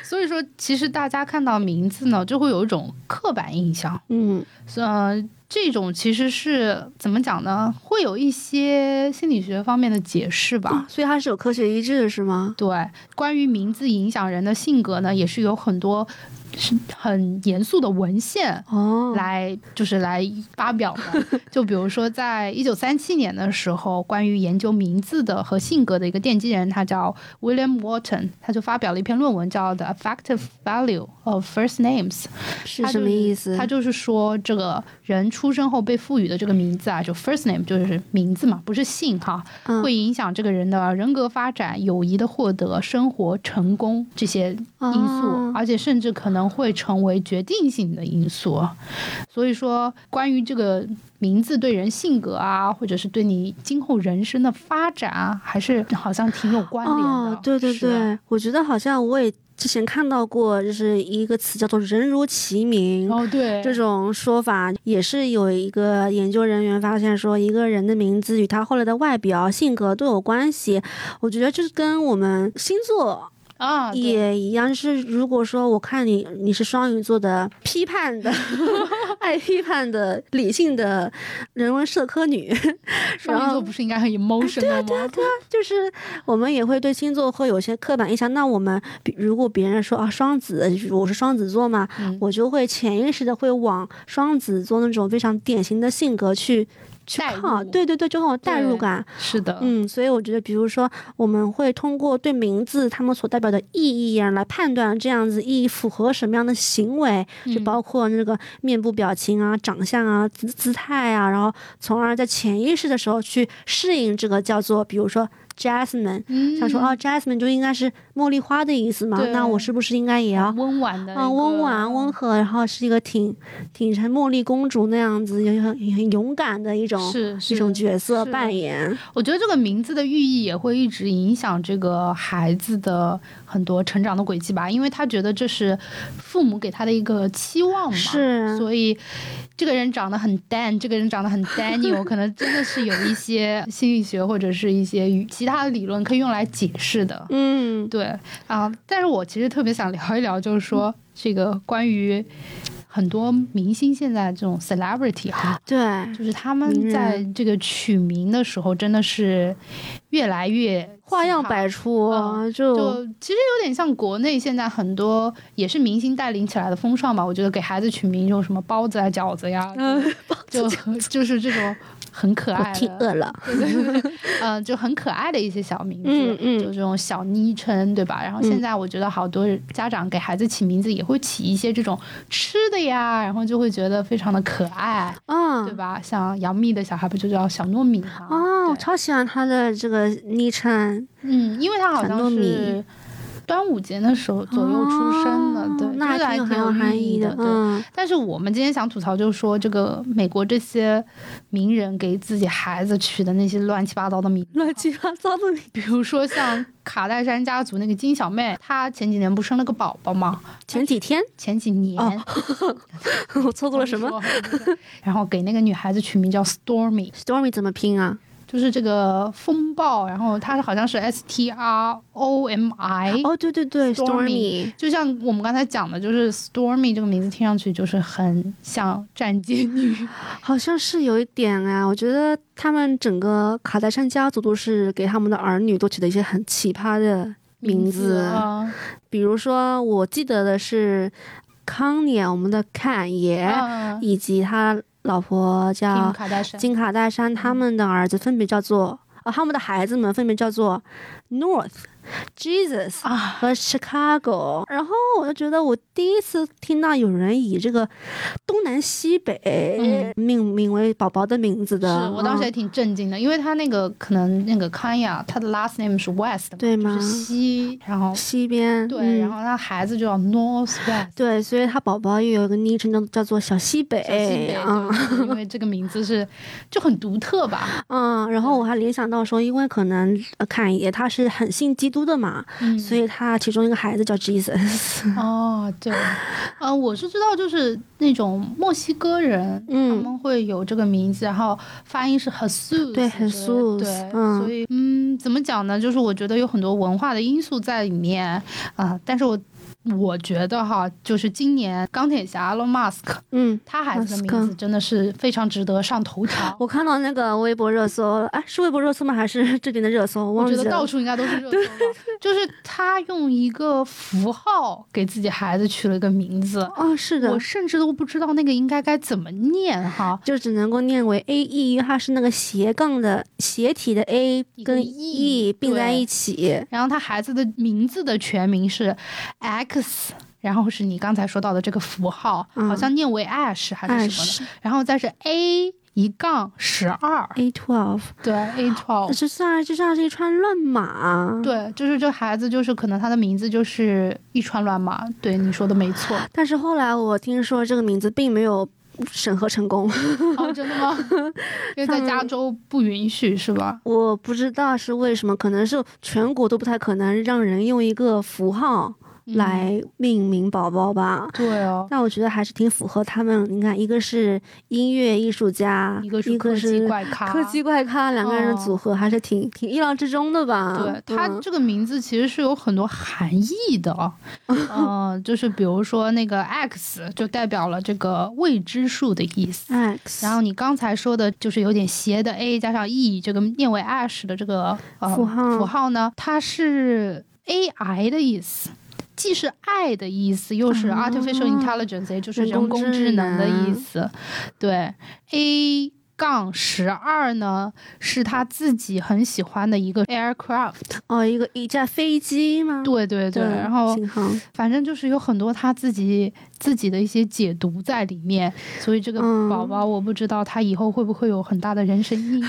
Speaker 2: 所以说其实大家看到名字呢，就会有一种刻板印象，
Speaker 1: 嗯
Speaker 2: 嗯、这种其实是怎么讲呢？会有一些心理学方面的解释吧。
Speaker 1: 啊，所以他是有科学依据的是吗？
Speaker 2: 对，关于名字影响人的性格呢，也是有很多是很严肃的文献
Speaker 1: 哦，
Speaker 2: 来就是来发表的。 就比如说，在一九三七年的时候，关于研究名字的和性格的一个奠基人，他叫 William Wharton，他就发表了一篇论文，叫《The Affective Value of First Names》。
Speaker 1: 是
Speaker 2: 他
Speaker 1: 什
Speaker 2: 就
Speaker 1: 么意思？
Speaker 2: 他就是说，这个人出生后被赋予的这个名字啊，就 first name 就是名字嘛，不是姓哈，
Speaker 1: 嗯
Speaker 2: 会影响这个人的人格发展、友谊的获得、生活成功这些因素，啊
Speaker 1: 哦
Speaker 2: 而且甚至可能会成为决定性的因素。所以说，关于这个名字对人性格啊，或者是对你今后人生的发展啊，还是好像挺有关联的。
Speaker 1: 哦，对对
Speaker 2: 是啊
Speaker 1: 对，我觉得好像我也之前看到过，就是一个词叫做“人如其名”，
Speaker 2: 哦对，
Speaker 1: 这种说法也是有一个研究人员发现说，一个人的名字与他后来的外表、性格都有关系。我觉得这跟我们星座
Speaker 2: 啊对
Speaker 1: 也一样，就是如果说我看你你是双鱼座的，批判 的、爱批判的、理性的人文社科女，
Speaker 2: 双鱼座不是应该很 emotional 吗？
Speaker 1: 就是我们也会对星座会有些刻板印象。那我们比如果别人说啊双子，我是双子座嘛，
Speaker 2: 嗯
Speaker 1: 我就会潜意识的会往双子座那种非常典型的性格去去
Speaker 2: 代
Speaker 1: 靠。
Speaker 2: 入
Speaker 1: 对对对，就很有代入
Speaker 2: 对
Speaker 1: 感。
Speaker 2: 是的，
Speaker 1: 嗯，所以我觉得，比如说，我们会通过对名字他们所代表的意义啊，来判断这样子意义符合什么样的行为，就
Speaker 2: 嗯
Speaker 1: 包括那个面部表情啊、长相啊、姿姿态啊，然后从而在潜意识的时候去适应这个叫做，比如说 Jasmine，
Speaker 2: 嗯
Speaker 1: 想说哦，Jasmine 就应该是茉莉花的意思嘛，
Speaker 2: 对
Speaker 1: 那我是不是应该也要？
Speaker 2: 嗯温婉的一个，嗯
Speaker 1: 啊，温婉温和，然后是一个挺挺像茉莉公主那样子，也很也很勇敢的一种
Speaker 2: 是是
Speaker 1: 一种角色
Speaker 2: 是
Speaker 1: 扮演。
Speaker 2: 我觉得这个名字的寓意也会一直影响这个孩子的很多成长的轨迹吧，因为他觉得这是父母给他的一个期望嘛，
Speaker 1: 是
Speaker 2: 所以这个人长得很 Dan，这个人长得很 Daniel，可能真的是有一些心理学或者是一些语其他的理论可以用来解释的。
Speaker 1: 嗯，
Speaker 2: 对啊、但是我其实特别想聊一聊，就是说这个关于很多明星现在这种 celebrity 哈、
Speaker 1: 对，
Speaker 2: 就是他
Speaker 1: 名
Speaker 2: 们
Speaker 1: 人
Speaker 2: 在这个取名的时候，真的是越来越
Speaker 1: 花样
Speaker 2: 奇葩
Speaker 1: 百出，啊
Speaker 2: 嗯
Speaker 1: 就
Speaker 2: 就其实有点像国内现在很多也是明星带领起来的风尚吧。我觉得给孩子取名就什么包子啊、饺子呀，
Speaker 1: 嗯，
Speaker 2: 就 就是这种很可
Speaker 1: 我
Speaker 2: 爱
Speaker 1: 挺
Speaker 2: 的，
Speaker 1: 饿了，
Speaker 2: 对对对，嗯，就很可爱的一些小名字，
Speaker 1: 嗯嗯
Speaker 2: 就这种小昵称，对吧？然后现在我觉得好多家长给孩子起名字也会起一些这种吃的呀，然后就会觉得非常的可爱，
Speaker 1: 嗯，
Speaker 2: 对吧？像杨幂的小孩不就叫小糯米吗？
Speaker 1: 哦，我
Speaker 2: 对
Speaker 1: 超喜欢他的这个昵称，
Speaker 2: 嗯，因为他好
Speaker 1: 小糯
Speaker 2: 像
Speaker 1: 米
Speaker 2: 是端午节的时候左右出生的，
Speaker 1: 哦
Speaker 2: 对，
Speaker 1: 那还
Speaker 2: 这个还
Speaker 1: 挺有
Speaker 2: 挺
Speaker 1: 很有含
Speaker 2: 含
Speaker 1: 义
Speaker 2: 的，对。
Speaker 1: 嗯，
Speaker 2: 但是我们今天想吐槽，就是说这个美国这些名人给自己孩子取的那些乱七八糟的名，
Speaker 1: 乱七八糟的名，
Speaker 2: 比如说像卡戴珊家族那个金小妹，她前几年不生了个宝宝吗？
Speaker 1: 前几天
Speaker 2: 前几年、
Speaker 1: 哦我错过了什么
Speaker 2: 我跟你说？ 然后给那个女孩子取名叫 Stormy，
Speaker 1: ？Stormy 怎么拼啊？
Speaker 2: 就是这个风暴，然后她好像是 S T R O M I。
Speaker 1: 哦，对对对，Stormy，
Speaker 2: Stormy 就像我们刚才讲的，就是 Stormy 这个名字听上去就是很像战舰女，
Speaker 1: 好像是有一点啊。我觉得他们整个卡戴珊家族都是给他们的儿女都起了一些很奇葩的名字，
Speaker 2: 啊，
Speaker 1: 比如说我记得的是康爷，我们的侃爷，
Speaker 2: 嗯
Speaker 1: 以及他老婆
Speaker 2: 金
Speaker 1: 叫
Speaker 2: 卡嗯戴珊，
Speaker 1: 金卡戴珊，他们的儿子分别叫做。啊，他们的孩子们分别叫做 North、Jesus
Speaker 2: 啊
Speaker 1: 和 Chicago，然后我就觉得我第一次听到有人以这个东南西北命名为宝宝的名字的，
Speaker 2: 嗯是我当时也
Speaker 1: 嗯
Speaker 2: 挺震惊的，因为他那个可能那个康雅，他的 last name 是 West，嘛
Speaker 1: 对
Speaker 2: 就
Speaker 1: 吗
Speaker 2: 是？西，然后
Speaker 1: 西边
Speaker 2: 对，
Speaker 1: 嗯
Speaker 2: 然后他孩子就叫 North West，
Speaker 1: 对，所以他宝宝又有一个昵称叫叫做小西北
Speaker 2: 小西北，
Speaker 1: 啊。嗯
Speaker 2: 对对对因为这个名字是就很独特吧，
Speaker 1: 嗯，然后我还联想到说，因为可能呃侃爷他是很信基督的嘛，
Speaker 2: 嗯，
Speaker 1: 所以他其中一个孩子叫 Jesus。
Speaker 2: 哦，对， 呃，我是知道，就是那种墨西哥人，
Speaker 1: 嗯
Speaker 2: 他们会有这个名字，然后发音是 Jesus，
Speaker 1: 对
Speaker 2: 之类的
Speaker 1: Jesus，
Speaker 2: 对，
Speaker 1: 嗯
Speaker 2: 所以嗯，怎么讲呢？就是我觉得有很多文化的因素在里面啊、但是我。我觉得哈，就是今年钢铁侠 Elon Musk
Speaker 1: 嗯，
Speaker 2: 他孩子的
Speaker 1: Musk
Speaker 2: 名字真的是非常值得上头条。
Speaker 1: 我看到那个微博热搜了，哎，是微博热搜吗？还是这边的热搜？我
Speaker 2: 我
Speaker 1: 忘
Speaker 2: 觉
Speaker 1: 记
Speaker 2: 得到
Speaker 1: 了。
Speaker 2: 处应 该都是热搜了，就是他用一个符号给自己孩子取了一个名字，
Speaker 1: 哦，是的
Speaker 2: 我，甚至都不知道那个应该该怎么念哈。
Speaker 1: 就只能够念为 A E，因为它是那个斜杠的斜体的 A
Speaker 2: 一个
Speaker 1: 跟
Speaker 2: E，
Speaker 1: E 并在
Speaker 2: 对
Speaker 1: 一起。
Speaker 2: 然后他孩子的名字的全名是 X，然后是你刚才说到的这个符号，
Speaker 1: 嗯
Speaker 2: 好像念为 ash 还
Speaker 1: 啊
Speaker 2: 是什么的，然后再是 A 一杠十二，
Speaker 1: A twelve，
Speaker 2: 对 A twelve。
Speaker 1: 这算这算是一串乱码。。
Speaker 2: 哦对，就是这孩子，就是可能他的名字就是一串乱码。对，你说的没错。
Speaker 1: 但是后来我听说这个名字并没有审核成功，
Speaker 2: 哦，真的吗？因为在
Speaker 1: 嗯
Speaker 2: 加州不允许是吧？嗯
Speaker 1: 我不知道是为什么，可能是全国都不太可能让人用一个符号
Speaker 2: 嗯
Speaker 1: 来命名宝宝吧。
Speaker 2: 对哦，
Speaker 1: 但我觉得还是挺符合他们。你看，一个是音乐艺术家，
Speaker 2: 一
Speaker 1: 一
Speaker 2: 个是科技
Speaker 1: 是
Speaker 2: 怪咖，
Speaker 1: 科技怪咖，两个人的组合还是挺、挺意料之中的吧？
Speaker 2: 哦对，它
Speaker 1: 嗯
Speaker 2: 这个名字其实是有很多含义的 啊，嗯，就是比如说那个 X 就代表了这个未知数的意思。
Speaker 1: X，
Speaker 2: 然后你刚才说的就是有点斜的 A 加上 E 这个念为 ash 的这个、呃、
Speaker 1: 符号
Speaker 2: 符号呢，它是 AI 的意思，既是爱的意思，又是
Speaker 1: 啊
Speaker 2: artificial intelligence，、也就是人
Speaker 1: 人
Speaker 2: 工
Speaker 1: 工
Speaker 2: 智
Speaker 1: 智
Speaker 2: 能
Speaker 1: 能
Speaker 2: 的意思。对，A 杠十二呢，是他自己很喜欢的一个 aircraft。
Speaker 1: 哦，一个一架飞机吗？
Speaker 2: 对对对，
Speaker 1: 对，
Speaker 2: 然后
Speaker 1: 新航
Speaker 2: 反正就是有很多他自己自己的一些解读在里面，所以这个
Speaker 1: 嗯
Speaker 2: 宝宝我不知道他以后会不会有很大的人生阴影。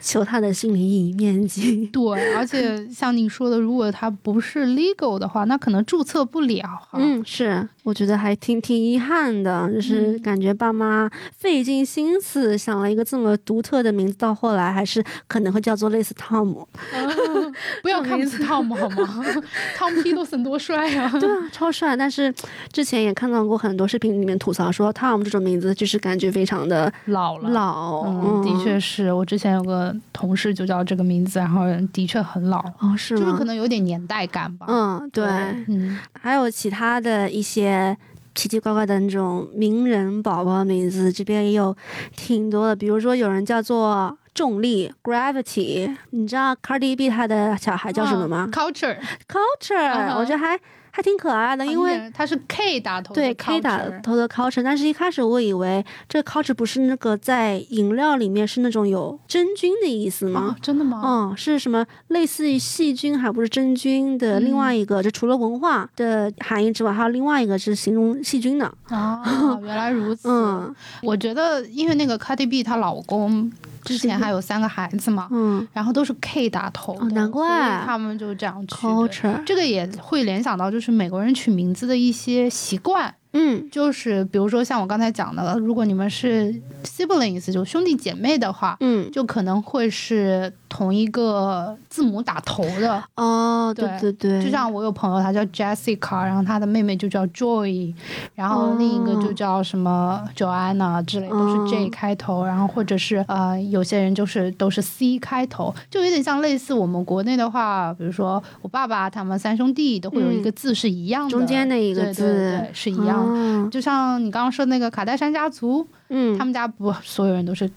Speaker 1: 求他的心理阴影面 积。
Speaker 2: 对，而且像你说的，如果他不是 legal 的话，那可能注册不了哈。
Speaker 1: 嗯，是，我觉得还挺挺遗憾的，就是
Speaker 2: 嗯
Speaker 1: 感觉爸妈费尽心思子想了一个这么独特的名字，到后来还是可能会叫做类似汤姆。
Speaker 2: 嗯 不要看不起汤姆好吗？ 汤姆·皮多森多帅啊！
Speaker 1: 对啊，超帅！但是之前也看到过很多视频里面吐槽说汤姆这种名字就是感觉非常的
Speaker 2: 老了，
Speaker 1: 老，
Speaker 2: 嗯，的确是我之前有个同事就叫这个名字，然后的确很老，
Speaker 1: 哦，是
Speaker 2: 就是
Speaker 1: 吗？
Speaker 2: 可能有点年代感吧。
Speaker 1: 嗯，对，
Speaker 2: 嗯，
Speaker 1: 还有其他的一些奇奇怪怪的那种名人宝宝名字，这边也有挺多的。比如说有人叫做重力 （Gravity），你知道 Cardi B 他的小孩叫什么吗、
Speaker 2: c u l t u r e
Speaker 1: c u l t u r e
Speaker 2: 嗯哼
Speaker 1: 我觉得还还挺可爱的，因为。
Speaker 2: 啊它是 K 打头的
Speaker 1: 对 K 打
Speaker 2: culture
Speaker 1: 头的 culture，但是一开始我以为这个 culture 不是那个在饮料里面是那种有真菌的意思吗？
Speaker 2: 哦，真的吗？
Speaker 1: 哦，是什么类似于细菌，还不是真菌的另
Speaker 2: 嗯
Speaker 1: 外一个，就除了文化的含义之外，还有另外一个是形容细菌的。
Speaker 2: 啊，原来如此。
Speaker 1: 嗯
Speaker 2: 我觉得因为那个 Cardi B 她老公之前还有三个孩子嘛，
Speaker 1: 嗯
Speaker 2: 然后都是 K 打头的，
Speaker 1: 哦难怪
Speaker 2: 所以他们就这样取的。
Speaker 1: ，culture，
Speaker 2: 这个也会联想到，就是美国人取名字的一些习惯，
Speaker 1: 嗯
Speaker 2: 就是比如说像我刚才讲的，如果你们是 siblings，就兄弟姐妹的话，
Speaker 1: 嗯，
Speaker 2: 就可能会是同一个字母打头的。
Speaker 1: 哦，对对
Speaker 2: 对
Speaker 1: 对，
Speaker 2: 就像我有朋友，她叫 Jessica，然后她的妹妹就叫 Joy，然后另一个就叫什么 Joanna 之类，都
Speaker 1: 哦
Speaker 2: 是 J 开头，然后或者是呃，有些人就是都是 C 开头，就有点像类似我们国内的话，比如说我爸爸他们三兄弟都会有一个字是一样的，
Speaker 1: 中间的一个字
Speaker 2: 对对对是一样的。
Speaker 1: 哦
Speaker 2: 就像你刚刚说那个卡戴珊家族，
Speaker 1: 嗯，
Speaker 2: 他们家不所有人都是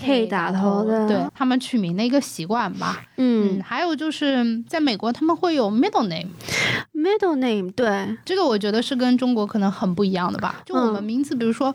Speaker 1: K 打头的
Speaker 2: 对他们取名的一个习惯吧。嗯，
Speaker 1: 嗯
Speaker 2: 还有就是在美国他们会有 middle name，嗯
Speaker 1: ，middle name，对，
Speaker 2: 这个我觉得是跟中国可能很不一样的吧。就
Speaker 1: 嗯
Speaker 2: 我们名字，比如说，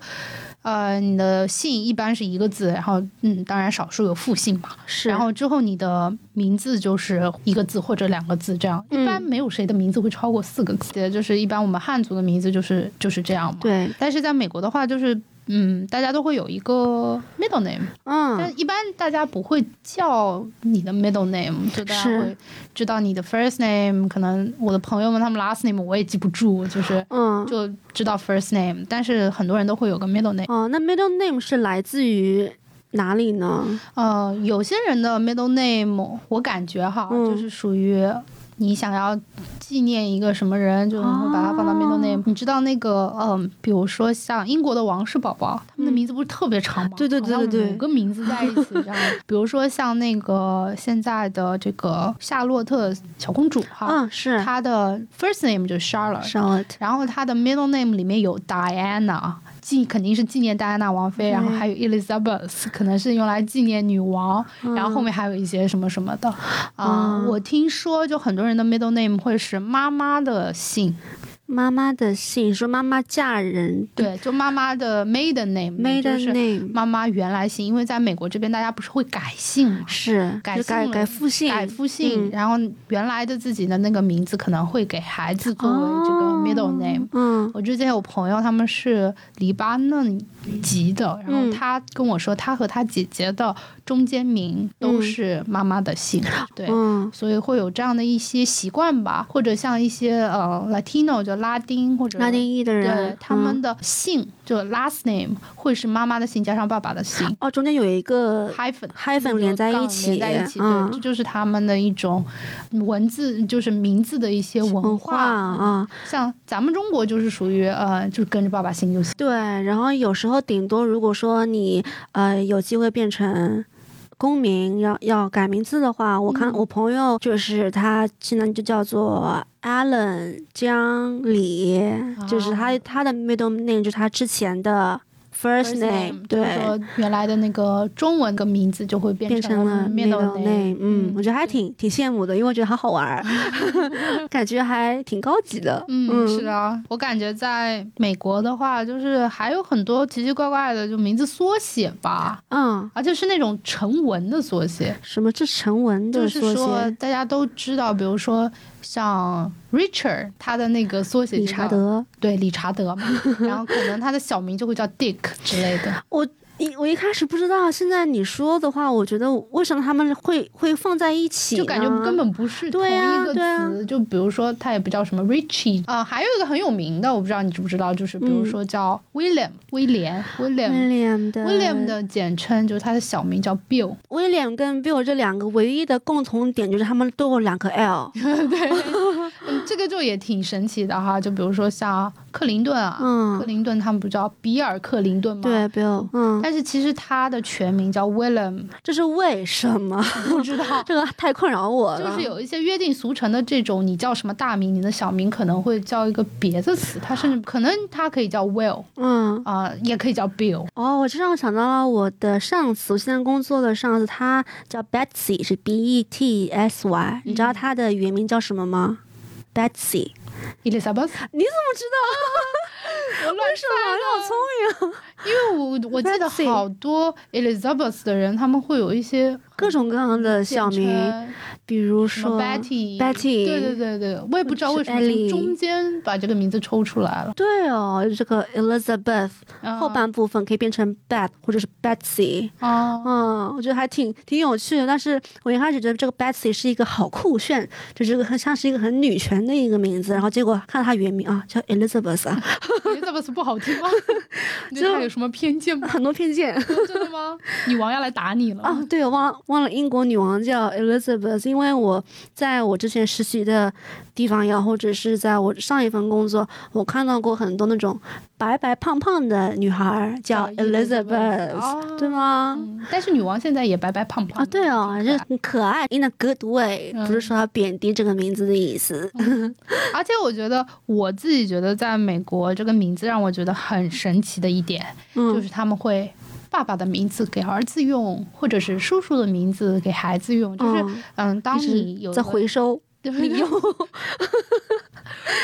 Speaker 2: 呃，你的姓一般是一个字，然后嗯，当然少数有复姓嘛。
Speaker 1: 是，
Speaker 2: 然后之后你的名字就是一个字或者两个字这样，
Speaker 1: 嗯
Speaker 2: 一般没有谁的名字会超过四个字，对就是一般我们汉族的名字就是就是这样嘛。
Speaker 1: 对，
Speaker 2: 但是在美国的话，就是嗯，大家都会有一个 middle name，、
Speaker 1: 嗯
Speaker 2: 但一般大家不会叫你的 middle name，就大家
Speaker 1: 是
Speaker 2: 会知道你的 first name。可能我的朋友们他们 last name 我也记不住，就是
Speaker 1: 嗯。
Speaker 2: 就知道 first name，但是很多人都会有个 middle name。
Speaker 1: 哦，那 middle name 是来自于哪里呢？
Speaker 2: 呃，有些人的 middle name 我感觉哈，
Speaker 1: 嗯
Speaker 2: 就是属于。你想要纪念一个什么人，就你会把它放到 middle
Speaker 1: 哦
Speaker 2: name。你知道那个，嗯，比如说像英国的王室宝宝，他们的名字不是特别长吗？
Speaker 1: 对对对
Speaker 2: 好像
Speaker 1: 对对
Speaker 2: 五个名字在一起， 这样。比如说像那个现在的这个夏洛特小公主哈，
Speaker 1: 嗯，是
Speaker 2: 她的 first name 就是 Charlotte，
Speaker 1: Charlotte。
Speaker 2: 然后他的 middle name 里面有 Diana，纪肯定是纪念戴安娜王妃，然后还有 Elizabeth，可能是用来纪念女王，然后后面还有一些什么什么的。啊、
Speaker 1: 嗯
Speaker 2: 我听说就很多人的 middle name 会是妈妈的姓，
Speaker 1: 妈妈的姓说妈妈嫁人，
Speaker 2: 对，就妈妈的 maiden name，就嗯
Speaker 1: ，maiden
Speaker 2: 是
Speaker 1: name
Speaker 2: 妈妈原来姓，因为在美国这边大家不是会改姓嘛。
Speaker 1: 是
Speaker 2: 改
Speaker 1: 就改
Speaker 2: 姓了
Speaker 1: 改父姓，
Speaker 2: 改夫姓，
Speaker 1: 嗯
Speaker 2: 然后原来的自己的那个名字可能会给孩子作为这个
Speaker 1: 啊
Speaker 2: middle name，、
Speaker 1: 嗯，
Speaker 2: 我之前有朋友，他们是黎巴嫩籍的，然后
Speaker 1: 嗯
Speaker 2: 他跟我说，他和他姐姐的中间名都是妈妈的姓，对，
Speaker 1: 嗯，
Speaker 2: 所以会有这样的一些习惯吧，或者像一些呃 Latino 就拉丁或者
Speaker 1: 拉丁裔的人嗯
Speaker 2: 对，他们的姓、就 last name 会是妈妈的姓加上爸爸的姓
Speaker 1: 嗯。哦，中间有一个
Speaker 2: hyphen
Speaker 1: hyphen 连在一起
Speaker 2: 连在一起，
Speaker 1: 嗯
Speaker 2: 对，这就是他们的一种文字，就是名字的一些
Speaker 1: 文化
Speaker 2: 嗯
Speaker 1: 啊，
Speaker 2: 像咱们中国就是属于呃，就跟着爸爸姓就行。
Speaker 1: 对，然后有时候顶多如果说你呃有机会变成。公民要要改名字的话，我看
Speaker 2: 嗯
Speaker 1: 我朋友就是他现在就叫做 Allen 江里，嗯就是
Speaker 2: 啊
Speaker 1: 他
Speaker 2: 哦
Speaker 1: 他的 middle name 就是他之前的 first name，
Speaker 2: 就是
Speaker 1: 对，
Speaker 2: 说原来的那个中文的名字就会变
Speaker 1: 变成了
Speaker 2: middle
Speaker 1: middle name，嗯，我觉得还挺挺羡慕的，因为我觉得好好玩儿， 感觉还挺高级的，
Speaker 2: 嗯，是的啊，我感觉在美国的话，就是还有很多奇奇怪怪的，就名字缩写吧，
Speaker 1: 嗯，
Speaker 2: 而且是那种成文的缩写，
Speaker 1: 什么这成文的
Speaker 2: 就是
Speaker 1: 缩
Speaker 2: 说
Speaker 1: 写，
Speaker 2: 大家都知道，比如说像 Richard，他的那个缩写
Speaker 1: 理
Speaker 2: 就叫
Speaker 1: 查，德，
Speaker 2: 对理查德嘛，然后可能他的小名就会叫 Dick 之类的，
Speaker 1: 我一我一开始不知道，现在你说的话，我觉得为什么他们会会放在一起呢？
Speaker 2: 就感觉根本不是同
Speaker 1: 对啊
Speaker 2: 一个词。
Speaker 1: 对啊
Speaker 2: 就比如说，它也不叫什么 Richie 嗯啊、呃还有一个很有名的，我不知道你知不知道，就是比如说叫 William、威廉 William
Speaker 1: 威廉的
Speaker 2: William 的简称，就是他的小名叫 Bill。
Speaker 1: 威廉跟 Bill 这两个唯一的共同点就是他们都有两个 L。
Speaker 2: 嗯，这个就也挺神奇的哈。就比如说像克林顿啊，
Speaker 1: 嗯
Speaker 2: 克林顿他们不叫比尔克林顿吗？
Speaker 1: 对。，Bill，嗯，
Speaker 2: 但是其实他的全名叫 William，
Speaker 1: 这是为什么？。
Speaker 2: 不知道
Speaker 1: 这个太困扰我
Speaker 2: 就
Speaker 1: 了。
Speaker 2: 是有一些约定俗成的这种，你叫什么大名，你的小名可能会叫一个别的词，他甚至可能他可以叫 Will
Speaker 1: 嗯，
Speaker 2: 啊、也可以叫 Bill。
Speaker 1: 哦，我这让我想到了我的上司，我现在工作的上司，他叫 Betsy，是 B E T S Y，、你知道他的原名叫什么吗？Betsy，
Speaker 2: Elizabeth，
Speaker 1: 你怎么知 道？我乱说，哎你好聪明啊，
Speaker 2: 因为我我记得
Speaker 1: Betsy
Speaker 2: 好多 Elizabeth 的人，他们会有一些
Speaker 1: 各种各样的小
Speaker 2: 简
Speaker 1: 名，
Speaker 2: 称
Speaker 1: 比如
Speaker 2: 什么
Speaker 1: 说
Speaker 2: Betty
Speaker 1: Betty
Speaker 2: 对对对对，我也不知道为什么
Speaker 1: 或者是 Ellie
Speaker 2: 从中间把这个名字抽出 来了。
Speaker 1: 对哦，这个 Elizabeth
Speaker 2: 啊
Speaker 1: 后半部分可以变成 Bet 或者是 Betsy，
Speaker 2: 啊，
Speaker 1: 嗯，我觉得还挺挺有趣的。但是我一开始觉得这个 Betsy 是一个好酷炫，就是一个很像是一个很女权的一个名字。然后结果看到她原名啊，叫 Elizabeth 啊，
Speaker 2: Elizabeth 不好听 吗？你对
Speaker 1: 就
Speaker 2: 他有什么偏见吗？
Speaker 1: 很多偏见。
Speaker 2: 真的吗？女王要来打你了。啊
Speaker 1: 哦，对，我忘忘了英国女王叫 Elizabeth，因为我在我之前实习的地方呀，或者是在我上一份工作，我看到过很多那种白白胖胖的女孩儿叫 Elizabeth，、
Speaker 2: 哦
Speaker 1: 对吗？
Speaker 2: 嗯但是女王现在也白白胖胖
Speaker 1: 啊，对哦，
Speaker 2: 嗯挺可
Speaker 1: 就是很
Speaker 2: 爱嗯
Speaker 1: 可爱，in a good way，、不是说要贬低这个名字的意思。
Speaker 2: 而且我觉得我自己觉得，在美国这个名字让我觉得很神奇的一点，
Speaker 1: 嗯
Speaker 2: 就是他们会爸爸的名字给儿子用，或者是叔叔的名字给孩子用，就是
Speaker 1: 嗯
Speaker 2: 嗯当
Speaker 1: 就是
Speaker 2: 你有一
Speaker 1: 在
Speaker 2: 个
Speaker 1: 回收
Speaker 2: 对
Speaker 1: 利用，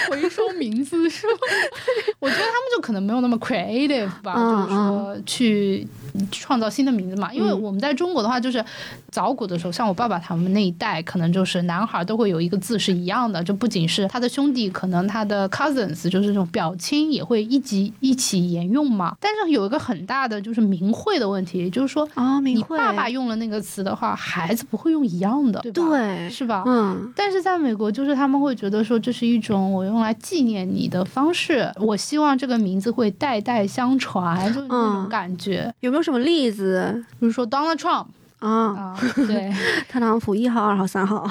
Speaker 2: 回收名字是吗？ 我觉得他们就可能没有那么 creative 吧，
Speaker 1: 嗯
Speaker 2: 就是说去创造新的名字嘛。因为我们在中国的话，就是早古的时候，像我爸爸他们那一代，可能就是男孩都会有一个字是一样的，就不仅是他的兄弟，可能他的 cousins 就是这种表亲也会一起一起沿用嘛。但是有一个很大的就是名讳的问题，也就是说。
Speaker 1: 哦，
Speaker 2: 你
Speaker 1: 明慧，
Speaker 2: 爸爸用了那个词的话，孩子不会用一样的，对吧？
Speaker 1: 对
Speaker 2: 是吧？
Speaker 1: 嗯
Speaker 2: 但是在美国，就是他们会觉得说这是一种我用来纪念你的方式，我希望这个名字会代代相传，就是那
Speaker 1: 嗯
Speaker 2: 种感觉。
Speaker 1: 有没有什么例子
Speaker 2: 比如说 Donald Trump
Speaker 1: 啊？
Speaker 2: 啊，对，
Speaker 1: 特朗普一号、二号、三号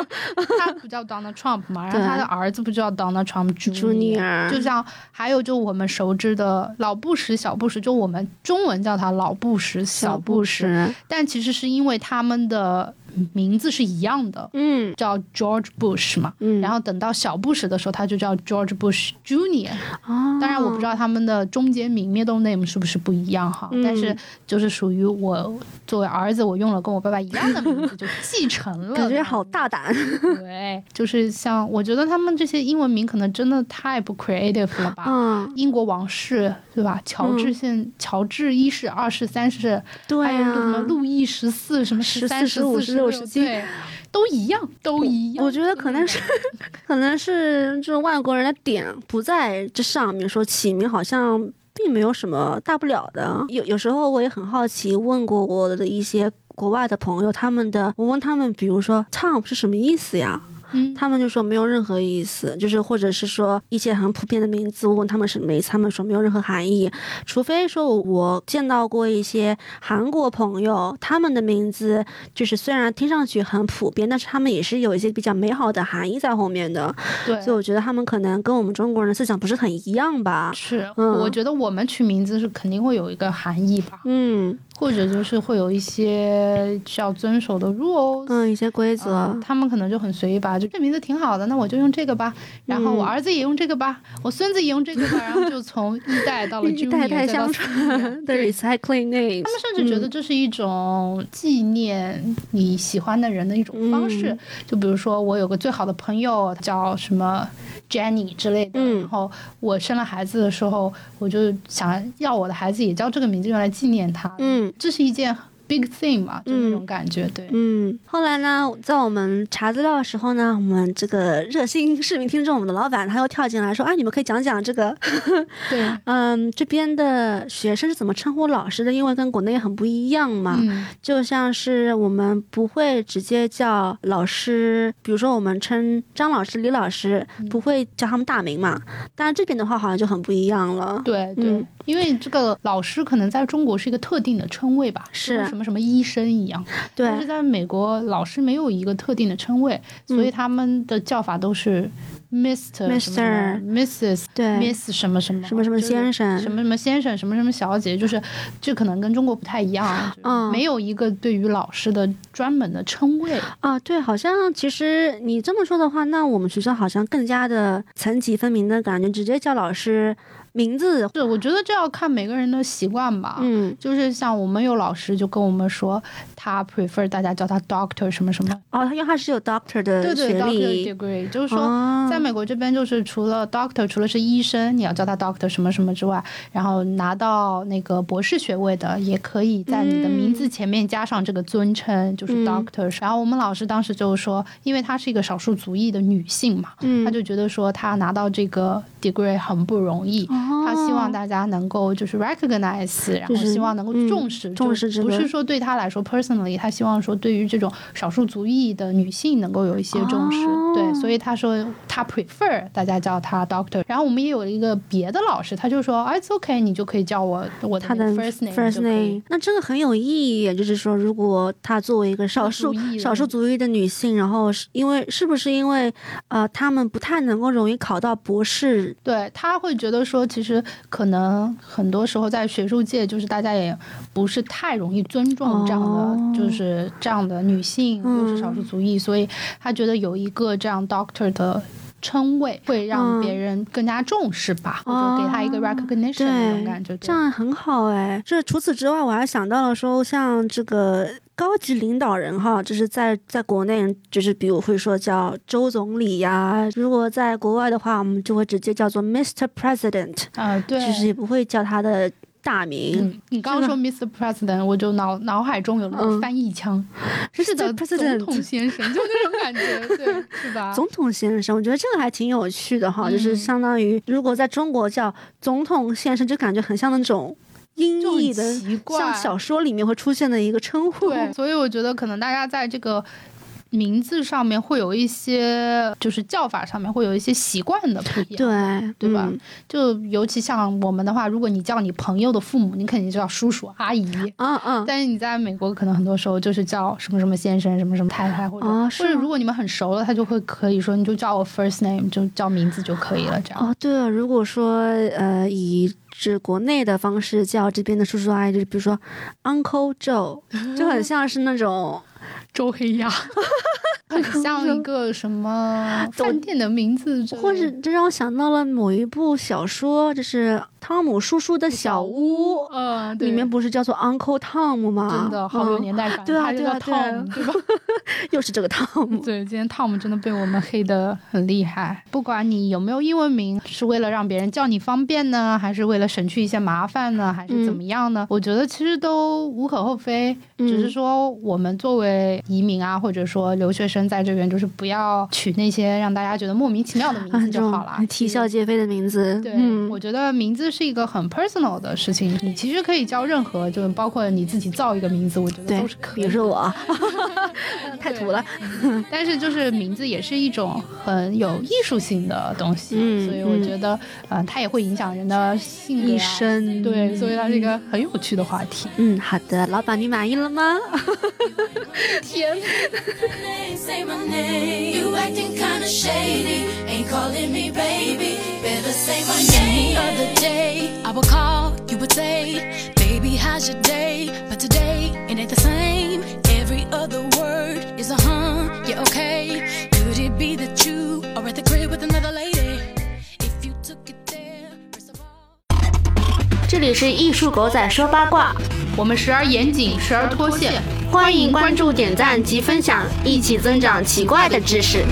Speaker 2: 他不叫 Donald Trump 嘛，然后
Speaker 1: 对
Speaker 2: 他的儿子不叫 Donald Trump Jr。
Speaker 1: ，Junior，
Speaker 2: 就像还有就我们熟知的老布什、小布什，就我们中文叫他老布什、小
Speaker 1: 布
Speaker 2: 布什，
Speaker 1: 什，
Speaker 2: 但其实是因为他们的名字是一样的，
Speaker 1: 嗯
Speaker 2: 叫 George Bush 嘛。
Speaker 1: 嗯，
Speaker 2: 然后等到小布什的时候，他就叫 George Bush Junior。
Speaker 1: 哦，
Speaker 2: 当然，我不知道他们的中间名 middle name 是不是不一样哈，
Speaker 1: 嗯
Speaker 2: 但是就是属于我作为儿子，我用了跟我爸爸一样的名字就继承
Speaker 1: 啊
Speaker 2: 了。
Speaker 1: 感觉好 大胆，
Speaker 2: 对，就是像我觉得他们这些英文名可能真的太不 creative 了吧。
Speaker 1: 嗯，
Speaker 2: 英国王室对吧？乔治现、乔治一世、二世、三世，还
Speaker 1: 对啊
Speaker 2: 有什么
Speaker 1: 呀。
Speaker 2: 路易十四、什么
Speaker 1: 14
Speaker 2: 三、十
Speaker 1: 15 16
Speaker 2: 16
Speaker 1: 17
Speaker 2: 对，都一样，都一样。
Speaker 1: 我觉得可能是
Speaker 2: 就那种
Speaker 1: 可能是这种外国人的点不在这上面，说起名好像并没有什么大不了的。有有时候我也很好奇，问过我的一些国外的朋友，他们的我问他们，比如说 “Trump” 是什么意思呀？
Speaker 2: 嗯，
Speaker 1: 他们就说没有任何意思，就是或者是说一些很普遍的名字，我问他们什么意思，他们说没有任何含义，除非说我见到过一些韩国朋友，他们的名字就是虽然听上去很普遍，但是他们也是有一些比较美好的含义在后面的，
Speaker 2: 对，
Speaker 1: 所以我觉得他们可能跟我们中国人的思想不是很一样吧。
Speaker 2: 是，
Speaker 1: 嗯
Speaker 2: 我觉得我们取名字是肯定会有一个含义吧，
Speaker 1: 嗯
Speaker 2: 或者就是会有一些需要遵守的 rules。
Speaker 1: 嗯，一些规则，
Speaker 2: 嗯他们可能就很随意吧，就这名字挺好的，那我就用这个吧。然后我
Speaker 1: 嗯
Speaker 2: 儿子也用这个吧，我孙子也用这个吧，然后就从一代到了
Speaker 1: 一代
Speaker 2: junior，
Speaker 1: 代
Speaker 2: 再到
Speaker 1: 相
Speaker 2: senior
Speaker 1: 传的
Speaker 2: 对，
Speaker 1: recycling names
Speaker 2: 他。们甚至觉得
Speaker 1: 嗯
Speaker 2: 这是一种纪念你喜欢的人的一种方式。
Speaker 1: 嗯
Speaker 2: 就比如说，我有个最好的朋友叫什么 Jenny 之类的，
Speaker 1: 嗯
Speaker 2: 然后我生了孩子的时候，我就想要我的孩子也叫这个名字，用来纪念他。
Speaker 1: 嗯，
Speaker 2: 这是一件。 big thing 嘛，就那种感觉，对。
Speaker 1: 嗯，后来呢，在我们查资料的时候呢，我们这个热心市民听众，我们的老板他又跳进来说啊，你们可以讲讲这个，
Speaker 2: 对，
Speaker 1: 嗯，这边的学生是怎么称呼老师的？因为跟国内很不一样嘛。
Speaker 2: 嗯，
Speaker 1: 就像是我们不会直接叫老师，比如说我们称张老师、李老师，
Speaker 2: 嗯
Speaker 1: 不会叫他们大名嘛。但是这边的话好像就很不一样了。
Speaker 2: 对对、
Speaker 1: 嗯
Speaker 2: 因为这个老师可能在中国是一个特定的称谓吧，
Speaker 1: 是啊
Speaker 2: 就跟什么什么医生一样，
Speaker 1: 对
Speaker 2: 但是在美国老师没有一个特定的称谓，所
Speaker 1: 嗯
Speaker 2: 以他们的叫法都是 Mister、
Speaker 1: Mr.
Speaker 2: Mrs、
Speaker 1: 对，
Speaker 2: Miss 什么什么
Speaker 1: 什么什么
Speaker 2: 就是
Speaker 1: 先生
Speaker 2: 什么什么先生、什么什么小姐，就是这可能跟中国不太一样，就是
Speaker 1: 嗯
Speaker 2: 没有一个对于老师的专门的称谓。
Speaker 1: 啊，对，好像其实你这么说的话，那我们学校好像更加的层级分明的感觉，直接叫老师名字，
Speaker 2: 是，我觉得这要看每个人的习惯吧。
Speaker 1: 嗯，
Speaker 2: 就是像我们有老师就跟我们说，他 prefer 大家叫他 doctor 什么什么，
Speaker 1: 哦，他因为他是有 doctor 的
Speaker 2: 对对
Speaker 1: 呃学历
Speaker 2: ，doctor degree，就是说
Speaker 1: 哦，
Speaker 2: 在美国这边，就是除了 doctor，除了是医生，你要叫他 doctor 什么什么之外，然后拿到那个博士学位的，也可以在你的名字前面加上这个尊称，就是
Speaker 1: 嗯
Speaker 2: doctor、然后我们老师当时就说，因为她是一个少数族裔的女性嘛，
Speaker 1: 嗯，
Speaker 2: 她就觉得说她拿到这个 degree 很不容易，她希望
Speaker 1: 哦
Speaker 2: 大家能够就是 recognize，然
Speaker 1: 就
Speaker 2: 后
Speaker 1: 是
Speaker 2: 希望能够
Speaker 1: 嗯
Speaker 2: 重视，
Speaker 1: 重视这
Speaker 2: 不
Speaker 1: 个
Speaker 2: 是说对她来说 personally，她希望说对于这种少数族裔的女性能够有一些重视，
Speaker 1: 哦
Speaker 2: 对，所以她说她 prefer 大家叫她 doctor。然后我们也有一个别的老师，他就说、啊、it's OK，你就可以叫我我
Speaker 1: 他
Speaker 2: 那
Speaker 1: 的
Speaker 2: 个 first name 就
Speaker 1: first
Speaker 2: 可以
Speaker 1: name，那这个很有意义，也就是说，如果她作为一个少
Speaker 2: 少
Speaker 1: 数
Speaker 2: 数裔人
Speaker 1: 少数族裔的女性，然后是因为是不是因为呃，她们不太能够容易考到博士，
Speaker 2: 对他会觉得说，其实可能很多时候在学术界，就是大家也不是太容易尊重这样的，
Speaker 1: 哦
Speaker 2: 就是这样的女性，
Speaker 1: 嗯
Speaker 2: 又是少数族裔，所以他觉得有一个这样 doctor 的。称谓会
Speaker 1: 嗯
Speaker 2: 让别人更加重视吧，
Speaker 1: 哦
Speaker 2: 或者给他一个 recognition 那种感觉。对
Speaker 1: 这样很好哎。这除此之外，我还想到了说，像这个高级领导人哈，就是在在国内，就是比如会说叫周总理呀、如果在国外的话，我们就会直接叫做 Mr. President，
Speaker 2: 啊、对，
Speaker 1: 就是也不会叫他的大名。
Speaker 2: 嗯，你刚刚说 Mr. President，我就脑脑海中有那种
Speaker 1: 嗯
Speaker 2: 翻译腔，是的，总
Speaker 1: President
Speaker 2: 统先生，就那种感觉，对，是 吧？
Speaker 1: 总统先生，我觉得这个还挺有趣的哈，就是
Speaker 2: 嗯
Speaker 1: 相当于如果在中国叫总统先生，就感觉很像那种音
Speaker 2: 就
Speaker 1: 译
Speaker 2: 很
Speaker 1: 的，
Speaker 2: 奇怪，
Speaker 1: 像小说里面会出现的一个称呼。
Speaker 2: 对， 所以我觉得可能大家在这个名字上面会有一些，就是叫法上面会有一些习惯的不一样。
Speaker 1: 对
Speaker 2: 对吧
Speaker 1: 嗯
Speaker 2: 就尤其像我们的话，如果你叫你朋友的父母，你肯定就叫叔叔阿姨。
Speaker 1: 嗯嗯，
Speaker 2: 但是你在美国，可能很多时候就是叫什么什么先生、什么什么太太，或者、
Speaker 1: 哦是
Speaker 2: 或者
Speaker 1: 吗
Speaker 2: 如果你们很熟了，他就会可以说你就叫我 first name，就叫名字就可以了。这样、
Speaker 1: 哦，对了，如果说呃以这国内的方式叫这边的叔叔阿姨，就是比如说 Uncle Joe，就很像是那 种
Speaker 2: 周黑鸭，很像 一个什么饭店的名字之类的，
Speaker 1: 或者这让我想到了某一部小说，就是《汤姆叔叔的小屋》，
Speaker 2: 呃，对
Speaker 1: 里面不是叫做 Uncle Tom 吗？
Speaker 2: 真的好有
Speaker 1: 嗯
Speaker 2: 年代感，
Speaker 1: 对啊
Speaker 2: 他就
Speaker 1: 对啊
Speaker 2: 叫
Speaker 1: 对啊
Speaker 2: Tom，对吧？
Speaker 1: 又是这个 Tom。
Speaker 2: 对，今天 Tom 真的被我们黑的很厉害。不管你有没有英文名，是为了让别人叫你方便呢，还是为了省去一些麻烦呢，还是怎么样呢？我觉得其实都无可厚非，
Speaker 1: 嗯
Speaker 2: 只是说我们作为移民啊，或者说留学生在这边，就是不要取那些让大家觉得莫名其妙的名
Speaker 1: 啊，
Speaker 2: 字
Speaker 1: 这
Speaker 2: 就
Speaker 1: 种
Speaker 2: 好了。
Speaker 1: 啼笑皆非的名字，
Speaker 2: 对，
Speaker 1: 嗯，
Speaker 2: 我觉得名字是一个很 personal 的事情，你其实可以叫任何，就是包括你自己造一个名字，我觉得
Speaker 1: 对
Speaker 2: 都是，可
Speaker 1: 比
Speaker 2: 以
Speaker 1: 如
Speaker 2: 的。
Speaker 1: 说 我， 太土了，
Speaker 2: 但是就是名字也是一种很有艺术性的东西，
Speaker 1: 嗯
Speaker 2: 所以我觉得，嗯、它也会影响人的性格、
Speaker 1: 一
Speaker 2: 啊。
Speaker 1: 生，
Speaker 2: 对，所以它是一个很有趣的话题。
Speaker 1: 嗯，好的，老板你满意了吗？
Speaker 2: 天
Speaker 3: name, say my name. You acting kinda shady, ain't calling me baby. Better say my name. Any other day, I would call, you would say, baby, how's your day? But today, it ain't the same. Every other word is a huh, yeah, okay. Could it be that you are at the crib with another lady? If you took it there, first of all.
Speaker 4: 这里是艺术狗仔说八卦，
Speaker 2: 我们时而严谨，时而脱线。
Speaker 4: 欢迎关注、点赞及分享，一起增长奇怪的知识。